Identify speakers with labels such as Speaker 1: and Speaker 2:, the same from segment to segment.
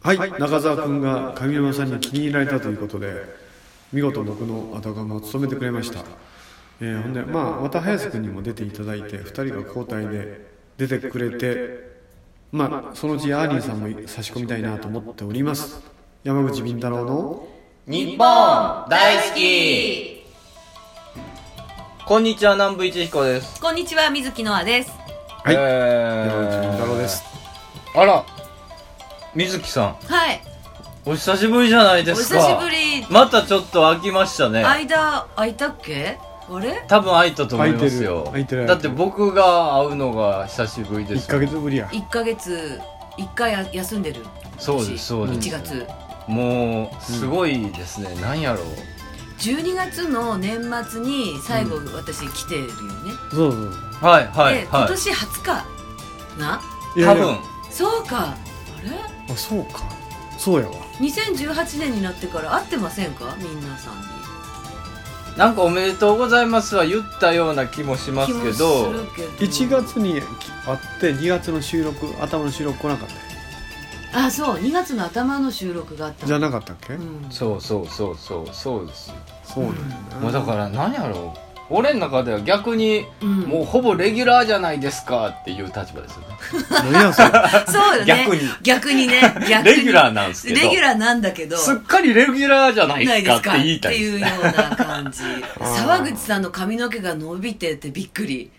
Speaker 1: はい、中澤君が上沼さんに気に入られたということで見事僕の後釜を務めてくれました、えーほんでまあ綿林君にも出ていただいて2人が交代で出てくれてまあそのうちアーリーさんも差し込みたいなと思っております山口敏太郎の
Speaker 2: 日本大好きこんにちは南部一彦です
Speaker 3: こんにちは、水木のあです。
Speaker 1: はい
Speaker 2: えー
Speaker 1: 山口敏太郎です
Speaker 2: あら水木さん
Speaker 3: はい、
Speaker 2: お久しぶりじゃない
Speaker 3: お
Speaker 2: ですか
Speaker 3: 久しぶり。
Speaker 2: またちょっと空きましたね
Speaker 3: 間空いたっけ？あれ？
Speaker 2: 多分空いたと思いますよ
Speaker 1: 空いてる空いてる
Speaker 2: だって僕が会うのが久しぶりです
Speaker 1: 1ヶ月ぶりや
Speaker 3: 一ヶ月一回や休んでる。
Speaker 2: そうですそうです
Speaker 3: 1月。
Speaker 2: もうすごいですね、なんやろう
Speaker 3: 12月の年末に最後私来てるよね。
Speaker 1: そうそう
Speaker 2: はいは
Speaker 3: で
Speaker 2: い
Speaker 3: 今
Speaker 2: は
Speaker 3: 年20日な。
Speaker 1: い
Speaker 2: い
Speaker 1: や
Speaker 2: 多
Speaker 1: いや
Speaker 2: 分
Speaker 3: そうか。あれ？
Speaker 1: あそうかそうやわ
Speaker 3: 2018年になってから会ってませんか？みんなさんに。
Speaker 2: なんかおめでとうございますは言ったような気もしますけど
Speaker 3: 気もするけど
Speaker 1: 1。月に会って2月の収録頭の収録来なかったよ
Speaker 3: あ、そう。2月の頭の収録があったの。
Speaker 1: じゃなかったっけ、
Speaker 3: うん
Speaker 2: そうそうそうそうそうですよ
Speaker 1: そうなんだ
Speaker 2: もうだから何やろう俺の中では逆に
Speaker 3: うん
Speaker 2: もうほぼレギュラーじゃないですかっていう立場ですよね
Speaker 1: ら何やそれ
Speaker 3: そうよね。
Speaker 2: 逆に
Speaker 3: 逆にね。逆に
Speaker 2: レギュラーなんですけど
Speaker 3: レギュラーなんだけど。
Speaker 2: すっかりレギュラーじゃない
Speaker 3: な
Speaker 2: で
Speaker 3: い
Speaker 2: す
Speaker 3: で
Speaker 2: かっ
Speaker 3: す
Speaker 2: て
Speaker 3: かって
Speaker 2: 言いたい
Speaker 3: いうような感じ
Speaker 1: ー
Speaker 3: 沢口さんの髪の毛が伸びててびっくり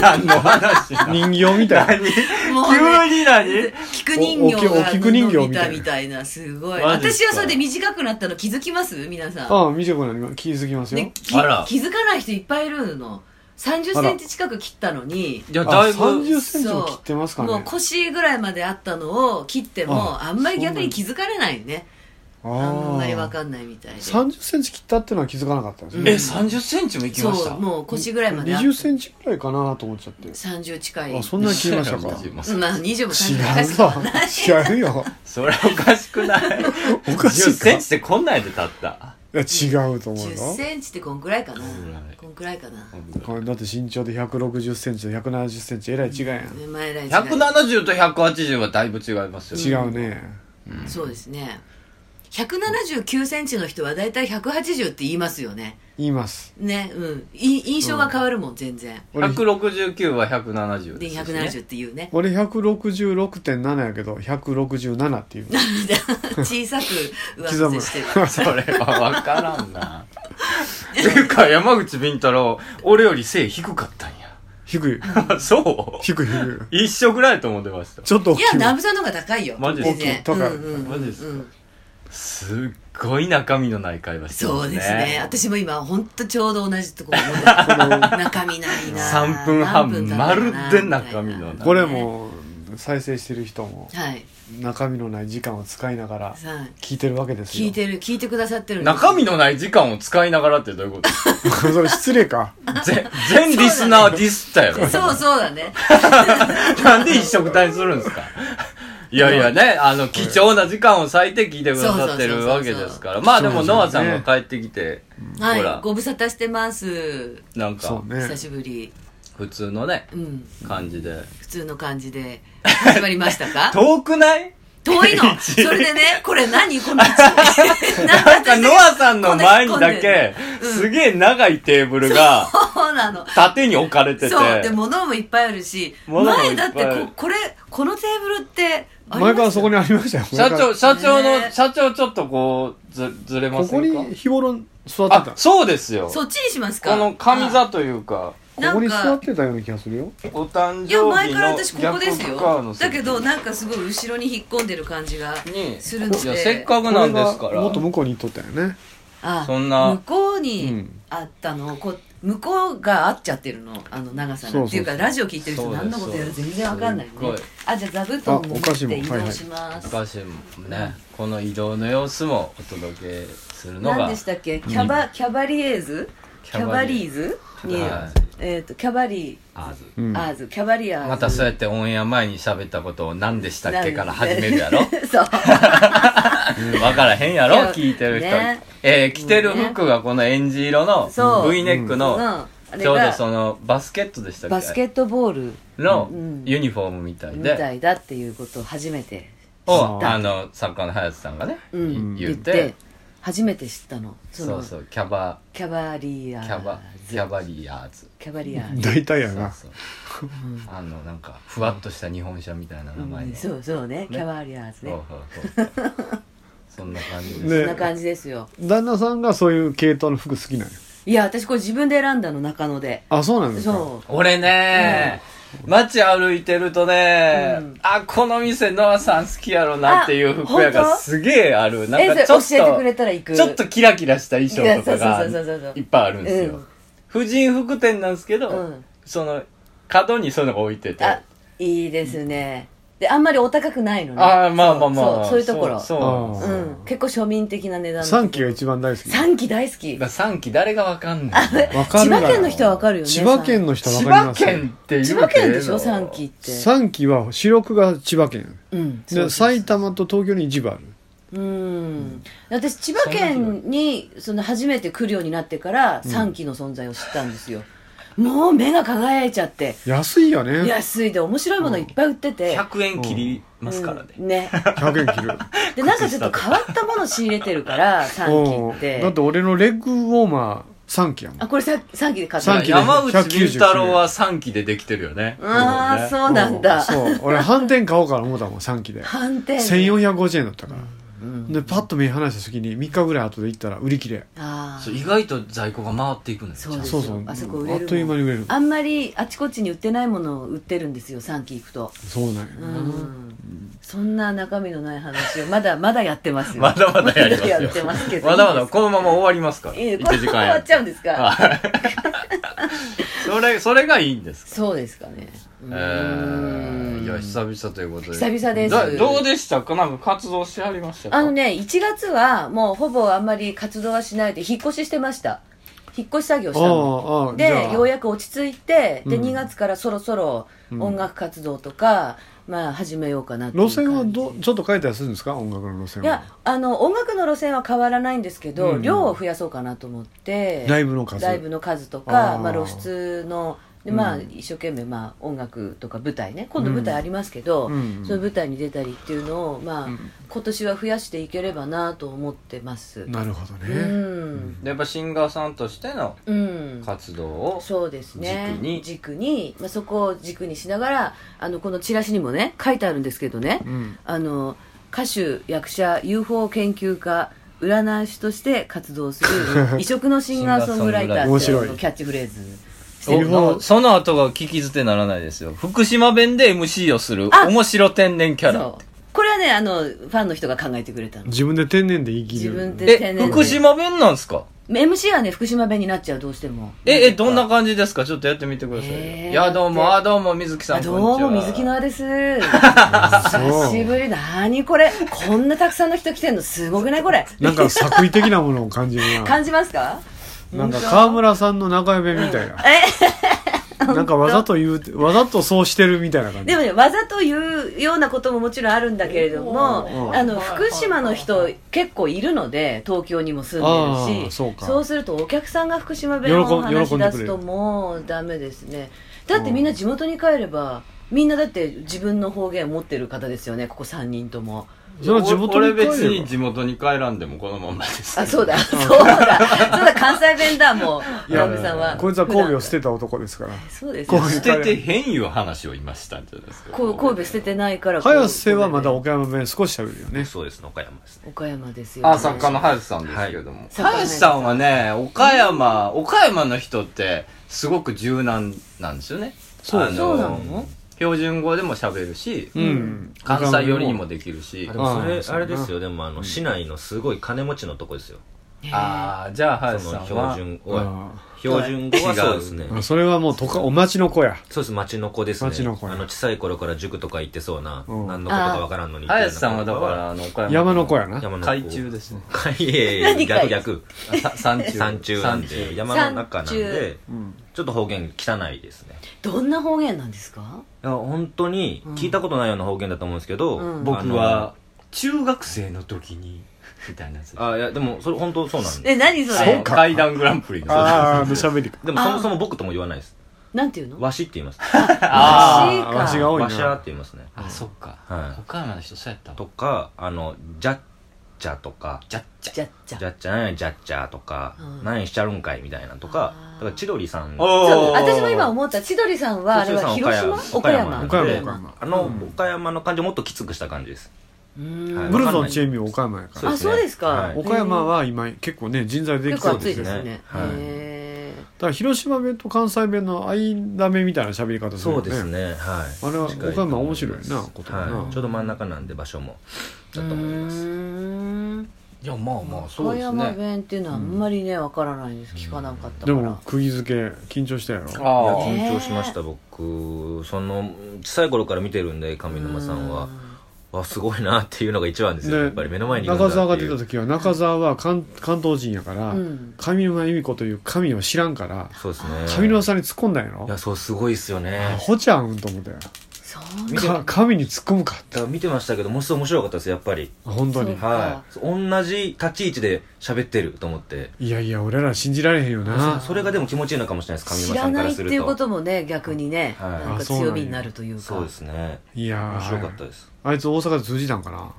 Speaker 2: 何の話な
Speaker 1: 人形みたいな
Speaker 3: もうね
Speaker 2: 急に何
Speaker 3: 菊人形
Speaker 1: おお
Speaker 3: が
Speaker 1: 菊人形
Speaker 3: 伸
Speaker 1: み
Speaker 3: び
Speaker 1: たいな
Speaker 3: たみたいなすごい
Speaker 2: マジっす
Speaker 3: 私
Speaker 2: か
Speaker 3: はそれで短くなったの気づきます皆さん
Speaker 1: ああ見てこない気づきますよ、
Speaker 3: ねき
Speaker 2: あら
Speaker 3: 気づかない人いっぱいいるの3
Speaker 1: あ
Speaker 3: 0
Speaker 1: ら
Speaker 3: センチ近く切ったのに
Speaker 2: いや
Speaker 1: あ
Speaker 2: だいぶ
Speaker 1: 30センチも切ってますか
Speaker 3: もう
Speaker 1: ね
Speaker 3: 腰ぐらいまであったのを切っても
Speaker 1: あ
Speaker 3: あんまり
Speaker 1: そうなん
Speaker 3: 逆に気づかれないね
Speaker 1: あ
Speaker 3: あんまりわ
Speaker 1: あ
Speaker 3: かんないみたいでそ
Speaker 1: 30センチ切ったっていうのは気づかなかったんです
Speaker 2: え
Speaker 1: ね、
Speaker 2: 30センチもいきました
Speaker 3: うもう腰ぐらいまであっ
Speaker 1: 20センチぐらいかなと思っちゃって
Speaker 3: 30近い
Speaker 1: あそんなに切りましたか
Speaker 2: 切りまし
Speaker 3: まあ20も30
Speaker 1: 違
Speaker 3: 近いう
Speaker 1: ぞ違う よ
Speaker 2: それおかしくない
Speaker 1: おかし
Speaker 2: 10
Speaker 1: いか
Speaker 2: センチってこんなんやで立った
Speaker 1: いや違うと思う
Speaker 3: 10
Speaker 1: よ
Speaker 3: センチってこんくらいかな
Speaker 2: こんぐらい
Speaker 3: こんくらいかな
Speaker 1: これだって身長で160センチと170センチえらい違うやん
Speaker 3: 前来
Speaker 2: 170と180はだいぶ違いますよ
Speaker 1: 違うね
Speaker 3: そうですね179センチの人は大体180って言いますよね
Speaker 1: 言います
Speaker 3: ねうんい印象が変わるもん全然
Speaker 1: 俺
Speaker 2: 169は170
Speaker 3: で
Speaker 2: ですよね
Speaker 3: 170ってい うね
Speaker 1: 俺166.7やけど167っていう
Speaker 3: 小さく上乗せしてる
Speaker 2: それは分からんな。ていうか、山口敏太郎、俺より背低かったん
Speaker 1: 低い
Speaker 2: や。そ
Speaker 1: 低い低いう
Speaker 2: 一緒ぐらいと思ってました。
Speaker 1: ちょっと大
Speaker 3: い
Speaker 1: き
Speaker 3: や
Speaker 1: いわ
Speaker 3: ナブさんの方が高いよ
Speaker 2: マジ
Speaker 3: 全然
Speaker 1: 大きい高い
Speaker 3: うんうんうん
Speaker 2: マジですか
Speaker 3: うん
Speaker 2: すっごい中身のない会話してま
Speaker 3: そう
Speaker 2: すね。
Speaker 3: ですね私も今ほんとちょうど同じとこ思ってた中身ないな
Speaker 2: 3分半
Speaker 3: 何だったかな
Speaker 2: まるで中身のない
Speaker 1: これも再生してる人も
Speaker 3: はい
Speaker 1: 中身のない時間を使いながら
Speaker 3: さあ
Speaker 1: 聞いてるわけですよ
Speaker 3: 聞いてる聞いてくださってるんです
Speaker 2: 中身のない時間を使いながらってどういうこ と
Speaker 1: それ失礼か
Speaker 2: ぜ全リスナーディスったやろ。
Speaker 3: そうそうだね
Speaker 2: なんで一緒くたにするんですかいやいやね、あの、貴重な時間を割いて聞いてくださってるわけですから。まあでも、ノアさんが帰ってきて、ほ
Speaker 3: は
Speaker 2: ら
Speaker 3: いご無沙汰してます
Speaker 2: なんか
Speaker 1: そ、うね
Speaker 3: 久しぶり
Speaker 2: 普通のね、
Speaker 3: うん
Speaker 2: 感じで。
Speaker 3: 普通の感じで始まりましたか
Speaker 2: 遠くない
Speaker 3: 遠いのそれでねこれ何この1
Speaker 2: なんかノアさんの前にだけ、
Speaker 3: うん
Speaker 2: すげえ長いテーブルが
Speaker 3: そうなの
Speaker 2: 縦に置かれてて。
Speaker 3: そうで物もいっぱいあるし
Speaker 2: 物もい
Speaker 3: 前
Speaker 2: っぱ
Speaker 3: だ
Speaker 2: い
Speaker 3: ってここれこのテーブルってありま
Speaker 1: 前
Speaker 3: す
Speaker 1: からそこにありましたよ
Speaker 2: 社
Speaker 1: 前か
Speaker 2: 長、社長
Speaker 3: ね
Speaker 2: の、
Speaker 3: え
Speaker 2: 社長ちょっとこう、ず、ずれ
Speaker 1: ら
Speaker 2: ま
Speaker 1: こ
Speaker 2: せ
Speaker 1: こ
Speaker 2: んか
Speaker 1: に日頃座って
Speaker 2: あ、
Speaker 1: た
Speaker 2: そうですよ。
Speaker 3: そっちにしますか
Speaker 2: この神座というか、
Speaker 3: な
Speaker 1: ここ
Speaker 3: ん
Speaker 1: に座っ
Speaker 3: か
Speaker 1: てたような気がするよ
Speaker 2: お誕生
Speaker 3: い
Speaker 2: 日
Speaker 3: や
Speaker 2: の
Speaker 3: 前から私ここです
Speaker 2: 逆側
Speaker 3: よ
Speaker 2: の席
Speaker 3: だけどなんかすごい後ろに引っ込んでる感じが
Speaker 2: に
Speaker 3: するので
Speaker 2: いやせっかくなんですか
Speaker 1: これ
Speaker 2: ら
Speaker 1: がもっと向こうに行っとったよね
Speaker 3: あ
Speaker 2: そんな
Speaker 3: 向こう
Speaker 1: う
Speaker 3: に
Speaker 1: ん
Speaker 3: あったのをこう向こうが合っちゃってるのあの長さ
Speaker 1: そうそうそう
Speaker 3: がっていうかラジオ聞いてる人
Speaker 2: そうです
Speaker 3: 何のことやら全然わかんないね
Speaker 2: すっごい
Speaker 3: あじゃあ座布団を持
Speaker 1: あお
Speaker 3: っ
Speaker 1: 菓子も
Speaker 3: て移
Speaker 1: はいは
Speaker 3: 動
Speaker 1: い
Speaker 3: します、
Speaker 2: 昔もねこの移動の様子もお届けするのが
Speaker 3: 何でしたっけキャバ、キャバリエーズ
Speaker 2: キ
Speaker 3: キ
Speaker 2: ャ
Speaker 3: ャ
Speaker 2: バ
Speaker 3: バ
Speaker 2: リ
Speaker 3: リ
Speaker 2: ー
Speaker 3: ーズに、
Speaker 2: はい
Speaker 3: えっ、とキャバリ
Speaker 2: あず
Speaker 1: うん
Speaker 3: ーアーズキャバリアーズ
Speaker 2: またそうやってオンエア前に喋ったことを何でしたっけから始めるやろ
Speaker 3: なんで そう
Speaker 2: 分からへんやろ聞いてる人
Speaker 3: ね
Speaker 2: えー着てる服がこのエンジ色の
Speaker 3: そう
Speaker 2: V ネック
Speaker 3: うん
Speaker 2: の
Speaker 3: あれが
Speaker 2: ちょうどそのバスケットでした
Speaker 3: バ
Speaker 2: っ
Speaker 3: スケ
Speaker 2: け
Speaker 3: ットボール
Speaker 2: の
Speaker 3: うん
Speaker 2: ユニフォームみたい
Speaker 3: み
Speaker 2: で
Speaker 3: たいだっていうことを初めて
Speaker 2: を、
Speaker 3: た
Speaker 2: あの、作家の林さんがね、
Speaker 3: うん、
Speaker 2: 言
Speaker 3: 言
Speaker 2: っ
Speaker 3: ってて初めて知ったのそ
Speaker 2: そ
Speaker 3: の
Speaker 2: うそう、キャバ、
Speaker 3: キャバリアー
Speaker 2: キ
Speaker 3: ズ
Speaker 2: ャバ、キャバリアーズ。
Speaker 3: キャバリアーズ
Speaker 1: 大体やな
Speaker 2: そうそうあの、なんか、ふわっとした日本車みたいな名前
Speaker 3: う
Speaker 2: の。
Speaker 3: んそうそうねキャバリアーズ
Speaker 2: そ
Speaker 3: ね
Speaker 2: うそうそうそうそんな感じです。
Speaker 1: ね
Speaker 3: そんな感じですよ
Speaker 1: 旦那さんがそういう系統の服好きなんや
Speaker 3: いや私これ自分で選んだの中野で
Speaker 1: あそうなんですか
Speaker 3: そ
Speaker 2: 俺ね、街歩いてるとね、
Speaker 3: うん
Speaker 2: あ、この店ノアさん好きやろなっていう服屋
Speaker 3: あ
Speaker 2: が
Speaker 3: 本当
Speaker 2: すげえある。
Speaker 3: う
Speaker 2: なん
Speaker 3: え
Speaker 2: かち
Speaker 3: そ
Speaker 2: ょ
Speaker 3: れ
Speaker 2: っ
Speaker 3: 教えてくれ
Speaker 2: と、
Speaker 3: たら行く
Speaker 2: ちょっとキラキラした衣
Speaker 3: いや
Speaker 2: 装とか
Speaker 3: そうそうそうそう
Speaker 2: が
Speaker 3: そう
Speaker 2: いっぱいあるんですよ
Speaker 3: うん。
Speaker 2: 婦人服店なんですけど、
Speaker 3: うん
Speaker 2: その、角にそういうのが置いてて。
Speaker 3: あいいですねであんまりお高くないのね
Speaker 2: あーまあまあまあ。
Speaker 3: そうそういうところ
Speaker 2: そうそうなんですよ
Speaker 3: うん、結構庶民的な値段
Speaker 1: 三期が一番大好き
Speaker 3: 3期大好き
Speaker 2: だから三期誰がわかんない
Speaker 1: わか
Speaker 3: 千
Speaker 1: るが
Speaker 3: 葉県の人はわかるよね
Speaker 1: 千葉県の人は
Speaker 2: 千
Speaker 1: わかり
Speaker 2: 葉
Speaker 1: ます
Speaker 2: 県って言
Speaker 3: 千
Speaker 2: う
Speaker 3: 葉
Speaker 2: け
Speaker 3: 県でしょ3期って
Speaker 1: 三期は主力が千葉県
Speaker 3: うんそうそ
Speaker 1: で
Speaker 3: う
Speaker 1: 埼玉と東京に一部ある
Speaker 3: うん私千葉県にその初めて来るようになってから3期の存在を知ったんですよ、もう目が輝いちゃって
Speaker 1: 安いよね
Speaker 3: 安いで面白いものいっぱい売ってて、
Speaker 2: 100円切りますからね。
Speaker 3: うんね
Speaker 1: 100円切る
Speaker 3: でなんかちょっと変わったもの仕入れてるから3期っ
Speaker 1: うんだってて俺のレッグウォーマー3期やもん
Speaker 3: あこれさ3期で買っ
Speaker 1: 三
Speaker 3: た
Speaker 1: 期で
Speaker 2: 山内龍太郎は3期でできてるよね。
Speaker 3: ああそうなんだ
Speaker 1: そう俺反転買おうかな思ったもん3期で
Speaker 3: 反転
Speaker 1: 1450円だったから、
Speaker 3: うん
Speaker 1: でパッと目離した時に3日ぐらい後で行ったら売り切れ
Speaker 3: あ
Speaker 2: そ
Speaker 3: あ
Speaker 2: う意外と在庫が回っていくんですよ
Speaker 3: そうです
Speaker 1: そ
Speaker 3: よ
Speaker 1: うそう
Speaker 3: あそこ売れるもん
Speaker 1: あっという間に売れる
Speaker 3: あんまりあちこちに売ってないものを売ってるんですよ3期行くと
Speaker 1: そうなんや
Speaker 3: う
Speaker 1: な、
Speaker 3: んそんな中身のない話をまだまだやってますよ
Speaker 2: まだまだやりますよ
Speaker 3: だやってますけど
Speaker 2: まだまだ
Speaker 3: こ
Speaker 2: このまま終わりますから。
Speaker 3: いい
Speaker 2: 1
Speaker 3: これ
Speaker 2: 時
Speaker 3: 終
Speaker 2: 間
Speaker 3: わ
Speaker 2: や
Speaker 3: っちゃうんですか
Speaker 2: はいそれ、それがいいんです。
Speaker 3: そうですかねう
Speaker 2: え
Speaker 3: ー
Speaker 2: ー、
Speaker 3: ん
Speaker 2: いや、久々ということで。
Speaker 3: 久々です
Speaker 2: だどうでしたかなんか活動してはりましたか
Speaker 3: あのね1月はもうほぼあんまり活動はしないで引っ越ししてました引っ越し作業したの
Speaker 1: ああああ
Speaker 3: でようやく落ち着いてで
Speaker 1: うん
Speaker 3: 2月からそろそろ
Speaker 1: うん
Speaker 3: 音楽活動とか、まあ始めようかなっていう
Speaker 1: 路
Speaker 3: 感じ
Speaker 1: 線はどちょっと変えたりするんですか音楽の路線
Speaker 3: い
Speaker 1: は
Speaker 3: やあの音楽の路線は変わらないんですけど、
Speaker 1: うん
Speaker 3: 量を増やそうかなと思って
Speaker 1: ライブの数
Speaker 3: ライブの数とか
Speaker 1: あー
Speaker 3: まあ、露出ので、まあ、
Speaker 1: うん
Speaker 3: 一生懸命、まあ、音楽とか舞台ね今度舞台ありますけど、
Speaker 1: うん
Speaker 3: その舞台に出たりっていうのを、まあ
Speaker 1: うん
Speaker 3: 今年は増やしていければなと思ってます。
Speaker 1: なるほど
Speaker 3: う
Speaker 1: ね、
Speaker 3: ん、
Speaker 2: やっぱシンガーさんとしての
Speaker 3: うん
Speaker 2: 活動を、
Speaker 3: そうですね
Speaker 2: 軸に
Speaker 3: 軸にまあ、そこを軸にしながらあのこのチラシにもね書いてあるんですけどね、
Speaker 1: うん
Speaker 3: あの歌手役者 UFO 研究家占い師として活動する異色のシンガーソングライター
Speaker 1: シンガーソングライター面白い
Speaker 3: キャッチフレーズ
Speaker 1: セリフを
Speaker 2: おその後が聞き捨てならないですよ。福島弁で MC をする
Speaker 3: あ
Speaker 2: 面白天然キャラ
Speaker 3: そ。うこれはねあのファンの人が考えてくれたの
Speaker 1: 自分で天然で言い切
Speaker 3: 自
Speaker 1: れる
Speaker 3: 分で
Speaker 2: え
Speaker 3: 天、然
Speaker 2: 福島弁なんですか
Speaker 3: で MC はね福島弁になっちゃうどうしても
Speaker 2: え、え、どんな感じですかちょっとやってみてくださいよ。
Speaker 3: えー
Speaker 2: いや、どうも、あ、どうも、水木さ
Speaker 3: あ
Speaker 2: ん。
Speaker 3: ど
Speaker 2: こんに
Speaker 3: う
Speaker 2: ちは
Speaker 3: も水木のあです 久しぶりなにこれこんなたくさんの人来てんのすごくないこれ
Speaker 1: なんか作為的なものを感じるな
Speaker 3: 感じますか
Speaker 1: なんか
Speaker 3: 本当
Speaker 1: 川村さんの中嫁みたいな、 なんかわざと言うてわざとそうしてるみたいな感じ
Speaker 3: でもねわざと言うようなことももちろんあるんだけれども
Speaker 1: おー
Speaker 3: あの福島の人結構いるので東京にも住んで
Speaker 1: あー
Speaker 3: るし
Speaker 1: そうか
Speaker 3: するとお客さんが福島弁を話
Speaker 1: 喜ん
Speaker 3: し
Speaker 1: 喜んでく
Speaker 3: 出
Speaker 1: れ
Speaker 3: す
Speaker 1: る
Speaker 3: ともうダメですねだってみんな地元に帰ればみんなだって自分の方言を持ってる方ですよねここ3人とも
Speaker 1: それは地元
Speaker 2: 俺
Speaker 1: に帰れば
Speaker 2: 別に地元に帰らんでもこのままです。
Speaker 3: あそうだ そうだそうだ関西弁だもう
Speaker 1: いや
Speaker 3: ラムさんは
Speaker 1: こいつは神戸を捨
Speaker 3: て
Speaker 1: てた男ですから
Speaker 3: そうです
Speaker 1: こ
Speaker 3: よ
Speaker 1: う
Speaker 2: 捨てて変いう話を今したんじゃないですか。
Speaker 3: こう神戸捨ててないからこう
Speaker 1: 早瀬はまだ岡山弁少し喋るよね
Speaker 4: そうですね、岡山ですね。
Speaker 3: 岡山ですよね、
Speaker 2: あ、作家の林さんですけれども。
Speaker 3: はい
Speaker 2: 林さんはね、岡山、岡山の人って、すごく柔軟なんですよね。
Speaker 1: そう
Speaker 2: あ
Speaker 3: そうなの
Speaker 2: 標準語でも喋るし、
Speaker 1: うん
Speaker 2: 関西寄りにもできるし
Speaker 4: あで。もそ
Speaker 1: あ
Speaker 4: れ
Speaker 1: ー、
Speaker 4: あれですよ、でもあの、市内のすごい金持ちのとこですよ。
Speaker 2: ああ、じゃあ林
Speaker 4: そ
Speaker 2: さ
Speaker 4: の
Speaker 2: んは。
Speaker 4: 標準語は。
Speaker 1: あ
Speaker 4: 標準語はそうですね。
Speaker 1: あそれはもうとかお町の子や
Speaker 4: そうです、町の子ですね。
Speaker 1: 町の子ね
Speaker 4: あの、小さい頃から塾とか行ってそうな、
Speaker 1: うん
Speaker 4: 何のことかわからんのに。
Speaker 2: 林さんはだから、あの、岡山。
Speaker 1: 山の子やな
Speaker 4: 山の子。
Speaker 2: 海中ですね。
Speaker 4: 海。 いやいやい
Speaker 3: 何
Speaker 4: や
Speaker 3: 海
Speaker 4: 逆逆。
Speaker 2: あさ山中。
Speaker 4: 山中なんで、山の中なん
Speaker 3: 山中
Speaker 4: で、ちょっと方言汚いですね。
Speaker 3: どんな方言なんですか
Speaker 4: いや、本当に、聞いたことないような方言だと思うんですけど、
Speaker 3: うん
Speaker 2: 僕は、中学生の時に、みたいなやつ
Speaker 4: あの。あ、いや、でも、それ本当そうなんで。
Speaker 3: え、何そ
Speaker 2: あの
Speaker 3: れ
Speaker 1: か
Speaker 2: 階段グランプリの。
Speaker 1: ああの喋りか
Speaker 4: でも、そもそも僕とも言わないです。
Speaker 3: なんていうの
Speaker 4: わしって言います。
Speaker 2: あ
Speaker 1: ーわしが多い
Speaker 4: わしゃ
Speaker 1: な
Speaker 4: って言いますね。
Speaker 2: ああそっか、
Speaker 4: はい
Speaker 2: 岡山の人そうやった
Speaker 4: とか、あの、じゃっちゃとか、
Speaker 2: じゃっちゃ
Speaker 3: じゃっちゃ
Speaker 4: じゃっちゃ、何やじゃっちゃとか、
Speaker 3: うん
Speaker 4: 何しちゃるんかいみたいなとか
Speaker 3: あー、
Speaker 4: だから千鳥さん、
Speaker 2: おー
Speaker 3: そう私も今思った千鳥さんはあれは
Speaker 4: 千鳥
Speaker 3: 広
Speaker 4: さん
Speaker 3: 島
Speaker 4: は
Speaker 3: 岡
Speaker 4: 岡
Speaker 3: 山
Speaker 4: 山
Speaker 1: 岡
Speaker 4: 岡
Speaker 1: 山
Speaker 4: で
Speaker 1: 岡山
Speaker 4: あの、岡山の感じをもっときつくした感じです。
Speaker 3: うーん
Speaker 4: はい
Speaker 1: ブルゾンチェンビ岡山やから
Speaker 3: あそうですか
Speaker 4: はい
Speaker 1: 岡山は今結構ね人材でき
Speaker 3: 結
Speaker 1: て
Speaker 3: 構
Speaker 1: るん
Speaker 3: 暑い
Speaker 1: です
Speaker 3: で
Speaker 1: よ
Speaker 3: す
Speaker 1: だか
Speaker 3: ね
Speaker 4: はい
Speaker 3: へ
Speaker 1: ら広島弁と関西弁の間目みたいな喋り方する
Speaker 4: そ
Speaker 1: よ
Speaker 4: うですね。はい。
Speaker 1: あれは
Speaker 4: 近い
Speaker 1: 岡山面白いなことだな
Speaker 4: はい。ちょうど真ん中なんで場所も。
Speaker 3: ー
Speaker 4: だと思います。
Speaker 3: うーん
Speaker 2: いやまあまあそう
Speaker 3: 岡
Speaker 2: です
Speaker 3: 山
Speaker 2: ね
Speaker 3: 弁っていうのはあんまりねわからないんです聞かなかったか
Speaker 1: で
Speaker 3: ら
Speaker 1: も釘付け緊張したやろ
Speaker 4: いや
Speaker 2: あ
Speaker 3: ね
Speaker 2: あ
Speaker 4: 緊張しました僕その小さい頃から見てるんで上沼さんはわすごいなっていうのが一番ですよ
Speaker 1: で
Speaker 4: やっぱり目の前にいるんだ
Speaker 1: 中
Speaker 4: ってい
Speaker 1: 澤
Speaker 4: う
Speaker 1: が出た時は中澤は関関東人やから、
Speaker 3: うん
Speaker 1: 上沼恵美子という神を知らんから
Speaker 4: そうですね
Speaker 1: 上沼さんに突っ込んだんやろ
Speaker 4: いやそうすごいっすよね
Speaker 1: ほちゃうんと思ったよ
Speaker 3: そう
Speaker 4: 見て
Speaker 1: か神に突っ込むかって
Speaker 4: だから見てましたけどものすごい面白かったですやっぱり
Speaker 1: 本当に
Speaker 3: そ
Speaker 4: はい同じ立ち位置で喋ってると思って
Speaker 1: いやいや俺ら信じられへんよな
Speaker 4: それがでも気持ちいいのかもしれないです
Speaker 3: 知
Speaker 4: 上沼
Speaker 3: ら
Speaker 4: さんか
Speaker 3: ない
Speaker 4: ら
Speaker 3: って
Speaker 4: する
Speaker 3: いうことともね逆にね
Speaker 4: はい
Speaker 3: なんか
Speaker 1: あそうなんや
Speaker 3: 強みになるというか
Speaker 4: そうですね
Speaker 1: いやー
Speaker 4: 面白かったです
Speaker 1: あいつ大阪で通じたんかな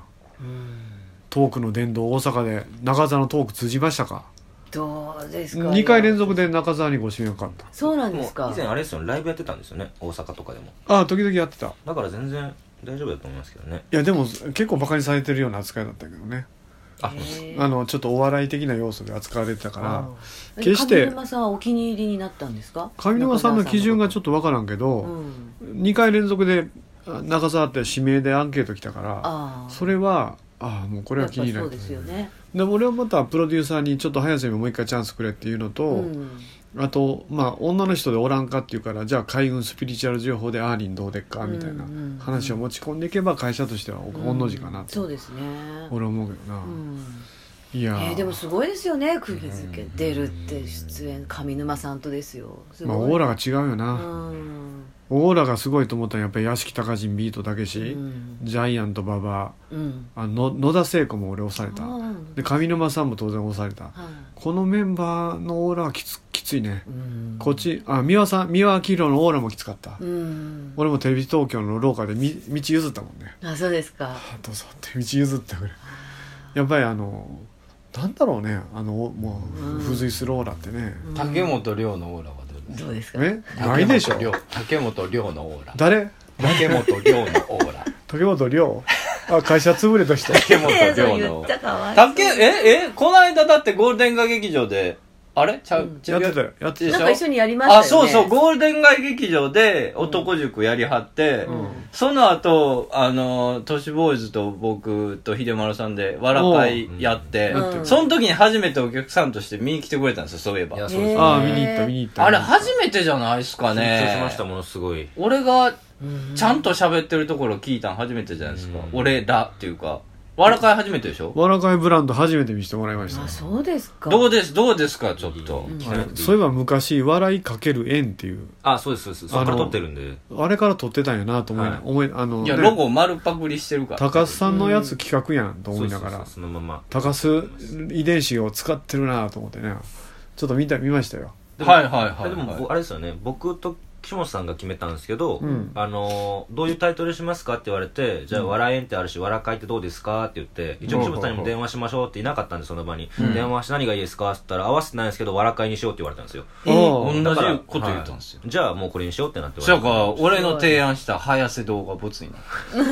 Speaker 1: トークの殿堂大阪で中澤のトーク通じましたか
Speaker 3: どうですか
Speaker 1: 2回連続で中澤にご指名かった
Speaker 3: そうなんで
Speaker 4: も
Speaker 3: すか
Speaker 4: う以前あれですよねライブやってたんですよね大阪とかでも
Speaker 1: ああ時々やってたい
Speaker 4: だから全然大丈夫だと思いますけどね
Speaker 1: やでも結構バカにされてるような扱いだったけどね
Speaker 4: あ
Speaker 3: へー
Speaker 1: あのちょっとお笑い的な要素で扱われてたから
Speaker 3: え
Speaker 1: 決して
Speaker 3: 上沼さんはお気に入りになったんですか
Speaker 1: 上沼さんの基準がちょ
Speaker 3: っ
Speaker 1: っとわからんけ
Speaker 3: とう
Speaker 1: ど、
Speaker 3: ん、
Speaker 1: 二2回連続であ中澤って指名でアンケート来たから
Speaker 3: ああ
Speaker 1: それはああもうこ
Speaker 3: こ
Speaker 1: れは気に入ら
Speaker 3: そ
Speaker 1: な
Speaker 3: う
Speaker 1: い
Speaker 3: ですよね、
Speaker 1: で俺はまたプロデューサーにちょっと早瀬にもう一回チャンスくれっていうのと、
Speaker 3: うん、
Speaker 1: あとまあ女の人でおらんかっていうからじゃあ海軍スピリチュアル情報でアーリンどうでっかみたいな
Speaker 3: うんうんうん
Speaker 1: 話を持ち込んでいけば会社としては御の字かな
Speaker 3: うん
Speaker 1: と、
Speaker 3: そうですね
Speaker 1: 俺は思うけどな、
Speaker 3: うん
Speaker 1: いやー
Speaker 3: えーでもすごいですよね釘付け出るって出演上沼さんとですよすご
Speaker 1: ま
Speaker 3: い
Speaker 1: あオーラが違うよ
Speaker 3: う
Speaker 1: な、
Speaker 3: ん
Speaker 1: オーラがすごいと思ったのはやっぱり屋敷隆人ビートたけし、
Speaker 3: うん
Speaker 1: ジャイアント馬場
Speaker 3: うん
Speaker 1: あの野田聖子も俺押された
Speaker 3: うん
Speaker 1: で上沼さんも当然押された
Speaker 3: はい
Speaker 1: このメンバーのオーラはきつきついね、
Speaker 3: うん
Speaker 1: こっちあ三輪さん三輪明宏のオーラもきつかった、
Speaker 3: うん
Speaker 1: 俺もテレビ東京の廊下でみ道譲ったもんね
Speaker 3: あそうですか
Speaker 1: あどうぞって道譲ってくれやっぱりあのなんだろうねあのも
Speaker 3: うん
Speaker 1: う付随するオーラってね、
Speaker 2: 竹本涼のオーラはどうです
Speaker 3: どうですか
Speaker 1: えないでしょ
Speaker 2: 竹本涼竹本涼のオーラ
Speaker 1: 誰
Speaker 2: 竹本涼のオ ーラ
Speaker 1: 竹本涼あ会社潰れた 人
Speaker 2: 竹本
Speaker 3: いやそう
Speaker 2: 涼
Speaker 3: 言
Speaker 2: の
Speaker 3: ったかわいそう
Speaker 2: 竹ええこの間だってゴールデン街劇場であれちゃ
Speaker 3: うん
Speaker 2: うち
Speaker 1: や
Speaker 2: ゃ
Speaker 1: っ
Speaker 2: う
Speaker 1: てたよやって
Speaker 2: で
Speaker 1: た
Speaker 2: し
Speaker 3: な
Speaker 2: ょ
Speaker 3: んか一緒にやりましたよね
Speaker 2: あそうそうゴールデン街劇場で男塾やりはって、
Speaker 1: うん
Speaker 2: その後あの都市ボーイズと僕と秀丸さんでわらかいやって、
Speaker 3: うんうん
Speaker 2: その時に初めてお客さんとして見に来てくれたんですよそういえば
Speaker 4: いや
Speaker 3: ね
Speaker 4: そうですね
Speaker 1: ああ見に行った見に行った
Speaker 2: あれ初めてじゃないですかね
Speaker 4: 緊張しましたものすごい
Speaker 2: 俺が
Speaker 3: うん
Speaker 2: ちゃんと喋ってるところ聞いたん初めてじゃないですか、俺らっていうかわらかい初めてでしょ、
Speaker 1: わらかいブランド初めて見せてもらいました
Speaker 3: あそうですか
Speaker 2: どうですどうですかちょっと、
Speaker 4: 聞
Speaker 1: あ
Speaker 4: か
Speaker 1: れ
Speaker 4: なくていい
Speaker 1: そういえば昔「笑いかける円」っていう
Speaker 4: あそうですそうですそこから撮ってるんで
Speaker 1: あれから撮ってたんやなと思いな、
Speaker 4: はい
Speaker 1: 思いあの
Speaker 2: いや
Speaker 1: ね
Speaker 2: ロゴ丸パクリしてるから
Speaker 1: 高須さんのやつ企画やんと
Speaker 4: そ
Speaker 1: 思
Speaker 4: う
Speaker 1: い
Speaker 4: そ
Speaker 1: な
Speaker 4: う
Speaker 1: が
Speaker 4: そう
Speaker 1: ら
Speaker 4: そのまま
Speaker 1: 高須遺伝子を使ってるなと思ってねちょっと見た見ましたよ
Speaker 4: でも
Speaker 2: はいはいはい、
Speaker 4: でも
Speaker 2: は
Speaker 4: ぼあれですよね僕と岸本さんが決めたんですけど、
Speaker 1: ん
Speaker 4: あのーどういうタイトルしますかって言われて、じゃあ「笑えん」ってあるし「笑かい」ってどうですかって言って一応岸本さんにも電話しましょうっていなかったんでその場に、電話して何がいいですかって言ったら合わせてないんですけど「笑かい」にしようって言われたんですよ
Speaker 3: えー
Speaker 1: お
Speaker 2: い
Speaker 1: ー
Speaker 2: 同じこと言ったんですよ、
Speaker 4: はいじゃあもうこれにしようってなって
Speaker 2: そう
Speaker 4: 笑
Speaker 2: か俺の提案した早瀬動画没に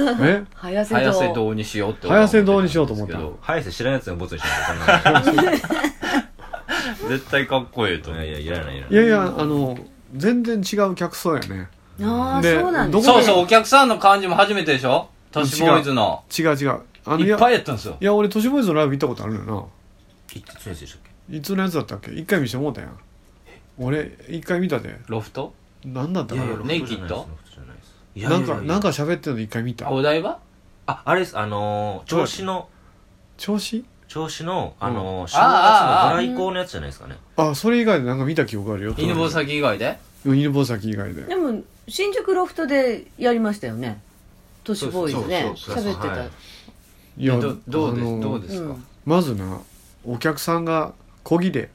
Speaker 2: なった
Speaker 1: え
Speaker 3: 早瀬
Speaker 2: 早瀬
Speaker 3: 堂
Speaker 2: 堂にしようって
Speaker 1: 早瀬堂にしようと思った
Speaker 2: 思って
Speaker 4: 早瀬知らないやつのボツにしなきゃいけない
Speaker 2: たんですけど 絶対かっこいいと
Speaker 4: い
Speaker 2: 思
Speaker 4: や
Speaker 2: う
Speaker 4: いやいらないいらない
Speaker 1: いやいやあの全然違う客層やね
Speaker 3: ああ
Speaker 1: で
Speaker 3: そうなんです
Speaker 1: どこ
Speaker 2: そう
Speaker 1: で
Speaker 2: そうお客さんの感じも初めてでしょ都市ボーイズの
Speaker 1: 違う違うあ
Speaker 2: い
Speaker 1: や
Speaker 2: っぱいやったんですよ
Speaker 1: いや俺都市ボーイズのライブ行ったことあるよな
Speaker 4: 一つ先生でしたっけ
Speaker 1: いつのやつだったっけ一回見してもうたやん俺一回見たで
Speaker 2: ロフト
Speaker 1: 何だったか
Speaker 2: いやい
Speaker 1: な
Speaker 2: やネイキッド
Speaker 4: いやい
Speaker 1: な
Speaker 4: や
Speaker 1: ん
Speaker 4: いや
Speaker 1: かなんか喋ってるの一回見た
Speaker 2: お台場
Speaker 4: ああれですあのー、調子の
Speaker 1: 調子
Speaker 4: 調子のあのー、正月の
Speaker 2: あー
Speaker 4: ご来光のやつじゃないですかね
Speaker 1: あそれ以外でなんか見た記憶あるよ
Speaker 2: 犬吠埼以外で
Speaker 1: うん犬吠埼以外で
Speaker 3: でも新宿ロフトでやりましたよね都市ボーイズね
Speaker 2: そう
Speaker 4: そうそう
Speaker 3: 喋っ
Speaker 4: そう
Speaker 3: てた、
Speaker 4: はい
Speaker 1: い
Speaker 2: どどう
Speaker 1: あ
Speaker 2: です
Speaker 1: の
Speaker 2: どうです
Speaker 3: う
Speaker 2: か
Speaker 3: ん
Speaker 1: まずなお客さんが小切れ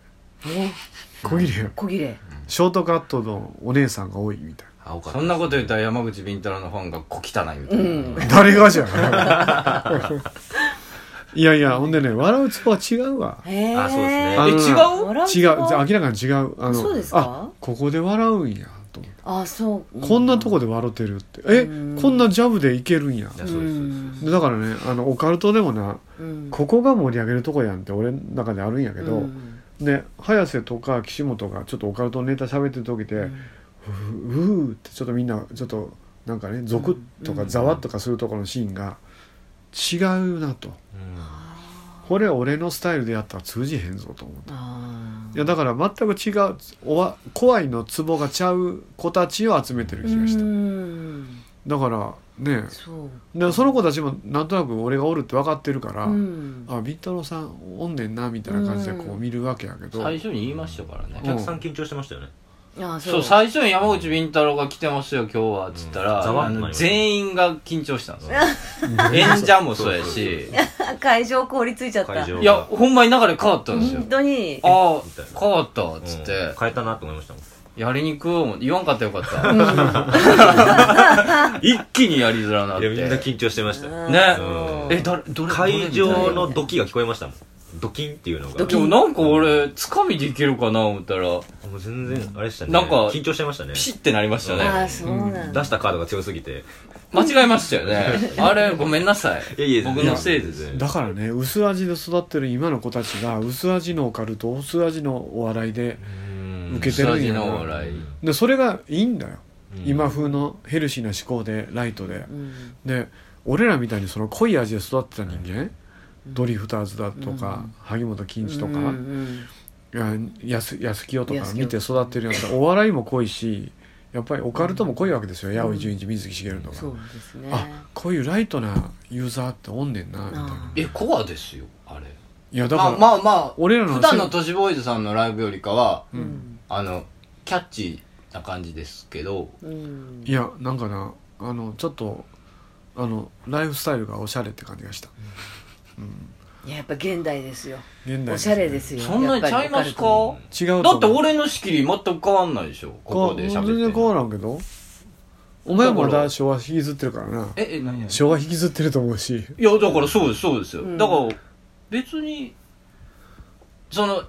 Speaker 1: 小切れよ
Speaker 3: 小切れ
Speaker 1: ショートカットのお姉さんが多いみたい
Speaker 4: 青かった
Speaker 2: そんなこと言ったら山口敏太郎のファンが小汚いみたいな。
Speaker 1: な誰がじゃん いやいやほんでね笑うツボは違うわ
Speaker 3: へえ
Speaker 4: あそうですね
Speaker 1: あの
Speaker 2: え、違う
Speaker 3: 笑
Speaker 1: 違う明らかに違うあの
Speaker 3: そうですか
Speaker 1: あここで笑うんやと思って
Speaker 3: あそう
Speaker 1: こんなとこで笑ってるってえ
Speaker 3: うん
Speaker 1: こんなジャブでいけるんや
Speaker 4: いやそうですそうです
Speaker 3: ん
Speaker 1: だからねあのオカルトでもな
Speaker 3: うん
Speaker 1: ここが盛り上げるとこやんって俺の中であるんやけど、
Speaker 3: うん
Speaker 1: で早瀬とか岸本がちょっとオカルトのネタ喋ってる時で、
Speaker 3: うん
Speaker 1: ふううーってちょっとみんなちょっとなんかねゾクッと
Speaker 3: う
Speaker 1: か
Speaker 3: ん
Speaker 1: ざわっとかするところのシーンが違うなと
Speaker 4: うん
Speaker 1: これ俺のスタイルでやったら通じへんぞと思って
Speaker 3: あ
Speaker 1: いやだから全く違うおわ怖いのツボがちゃう子たちを集めてる
Speaker 3: ー
Speaker 1: 気がした、
Speaker 3: うん
Speaker 1: だからね
Speaker 3: そう
Speaker 1: でその子たちもなんとなく俺がおるって分かってるから、
Speaker 3: うん
Speaker 1: あビンタロウさんおんねんなみたいな感じでこう見るわけやけど、
Speaker 2: 最初に言いましたからね
Speaker 4: お。客さん緊張してましたよね
Speaker 3: あそ
Speaker 2: そうう、最初に山口敏太郎が来てますよ、今日は、っつったら、
Speaker 4: うんざわっ
Speaker 2: あ
Speaker 4: となり
Speaker 2: の
Speaker 4: ました
Speaker 2: 全員が緊張したんですよ。演者もそうやし、
Speaker 3: 会場凍りついちゃった
Speaker 4: 会場
Speaker 2: いや、ほんまに流れ変わったんですよ
Speaker 3: 本。当に
Speaker 2: あ
Speaker 4: みたい
Speaker 2: あ、
Speaker 4: な
Speaker 2: 変わった、
Speaker 4: うん
Speaker 2: つって、
Speaker 4: 変えたなと思いましたもん
Speaker 2: やりにくい思って、言わんかったらよ かった。一気にやりづらなっ
Speaker 4: いやみんな
Speaker 2: て。
Speaker 4: 緊張してましたよ
Speaker 3: うん
Speaker 2: ね
Speaker 3: そう
Speaker 2: え、誰、どれ
Speaker 4: 会場のドキが聞こえましたもんドキンっていうのが
Speaker 3: ドキ
Speaker 2: で
Speaker 3: ン
Speaker 2: もなんか俺、つかみでいけるかな思ったら、
Speaker 4: もう全然あれでしたね
Speaker 2: なんか
Speaker 4: 緊張しちゃいましたね
Speaker 2: ピシってなりました
Speaker 3: あ
Speaker 2: ね。
Speaker 3: そうなんだ
Speaker 4: 出したカードが強すぎて
Speaker 2: 間違えましたよね。あれ、ごめんなさい。
Speaker 4: いやいや
Speaker 2: 僕のせいです。
Speaker 1: だからね薄味で育ってる今の子たちが薄味のオカルト薄味のお笑いで
Speaker 4: 受
Speaker 1: 受けてるん
Speaker 2: 味
Speaker 1: や
Speaker 2: の
Speaker 1: から
Speaker 2: 笑い。
Speaker 1: でそれがいいんだよ、
Speaker 4: うん
Speaker 1: 今風のヘルシーな思考でライトで、
Speaker 3: うん
Speaker 1: で俺らみたいにその濃い味で育ってた人間、ドリフターズだとか、
Speaker 3: うん
Speaker 1: 萩本欽一と
Speaker 3: うん
Speaker 1: か、
Speaker 3: うん
Speaker 1: やす安清とか
Speaker 3: 安清
Speaker 1: 見て育ってるやつはお笑いも濃いしやっぱりオカルトも濃いわけですよ、八尾純一水木しげるとか、
Speaker 3: そうですね
Speaker 1: あこういうライトなユーザーっておんねんなみたいな
Speaker 3: あ
Speaker 2: え、コアですよ、あれ。
Speaker 1: いやだ
Speaker 2: ま
Speaker 1: か
Speaker 2: あ
Speaker 1: ら、
Speaker 2: まあまあ、
Speaker 1: 俺らの
Speaker 2: 普段の都市ボーイズさんのライブよりかは、
Speaker 3: うん
Speaker 2: あの、キャッチーな感じですけど、
Speaker 3: うん
Speaker 1: いやなんかなあのちょっとあのライフスタイルがおしゃれって感じがした
Speaker 3: いややっぱ現代ですよ
Speaker 1: 現代
Speaker 3: おしゃれですよ
Speaker 2: そんなにちゃいま
Speaker 1: 違
Speaker 2: すか
Speaker 1: うと思う
Speaker 2: だって俺の仕切り全く変わんないでしょ、ここ
Speaker 1: こ
Speaker 2: で
Speaker 1: う全
Speaker 2: 喋
Speaker 1: 然変わ
Speaker 2: って。
Speaker 1: らんけどお前もま
Speaker 2: だか
Speaker 1: だ
Speaker 2: ら
Speaker 1: 昭和引きずってるからな
Speaker 2: え、え、何々
Speaker 1: 昭和引きずってると思うし
Speaker 2: いや、だからそうです、そうですよ。
Speaker 3: うん
Speaker 2: だから、別に、その、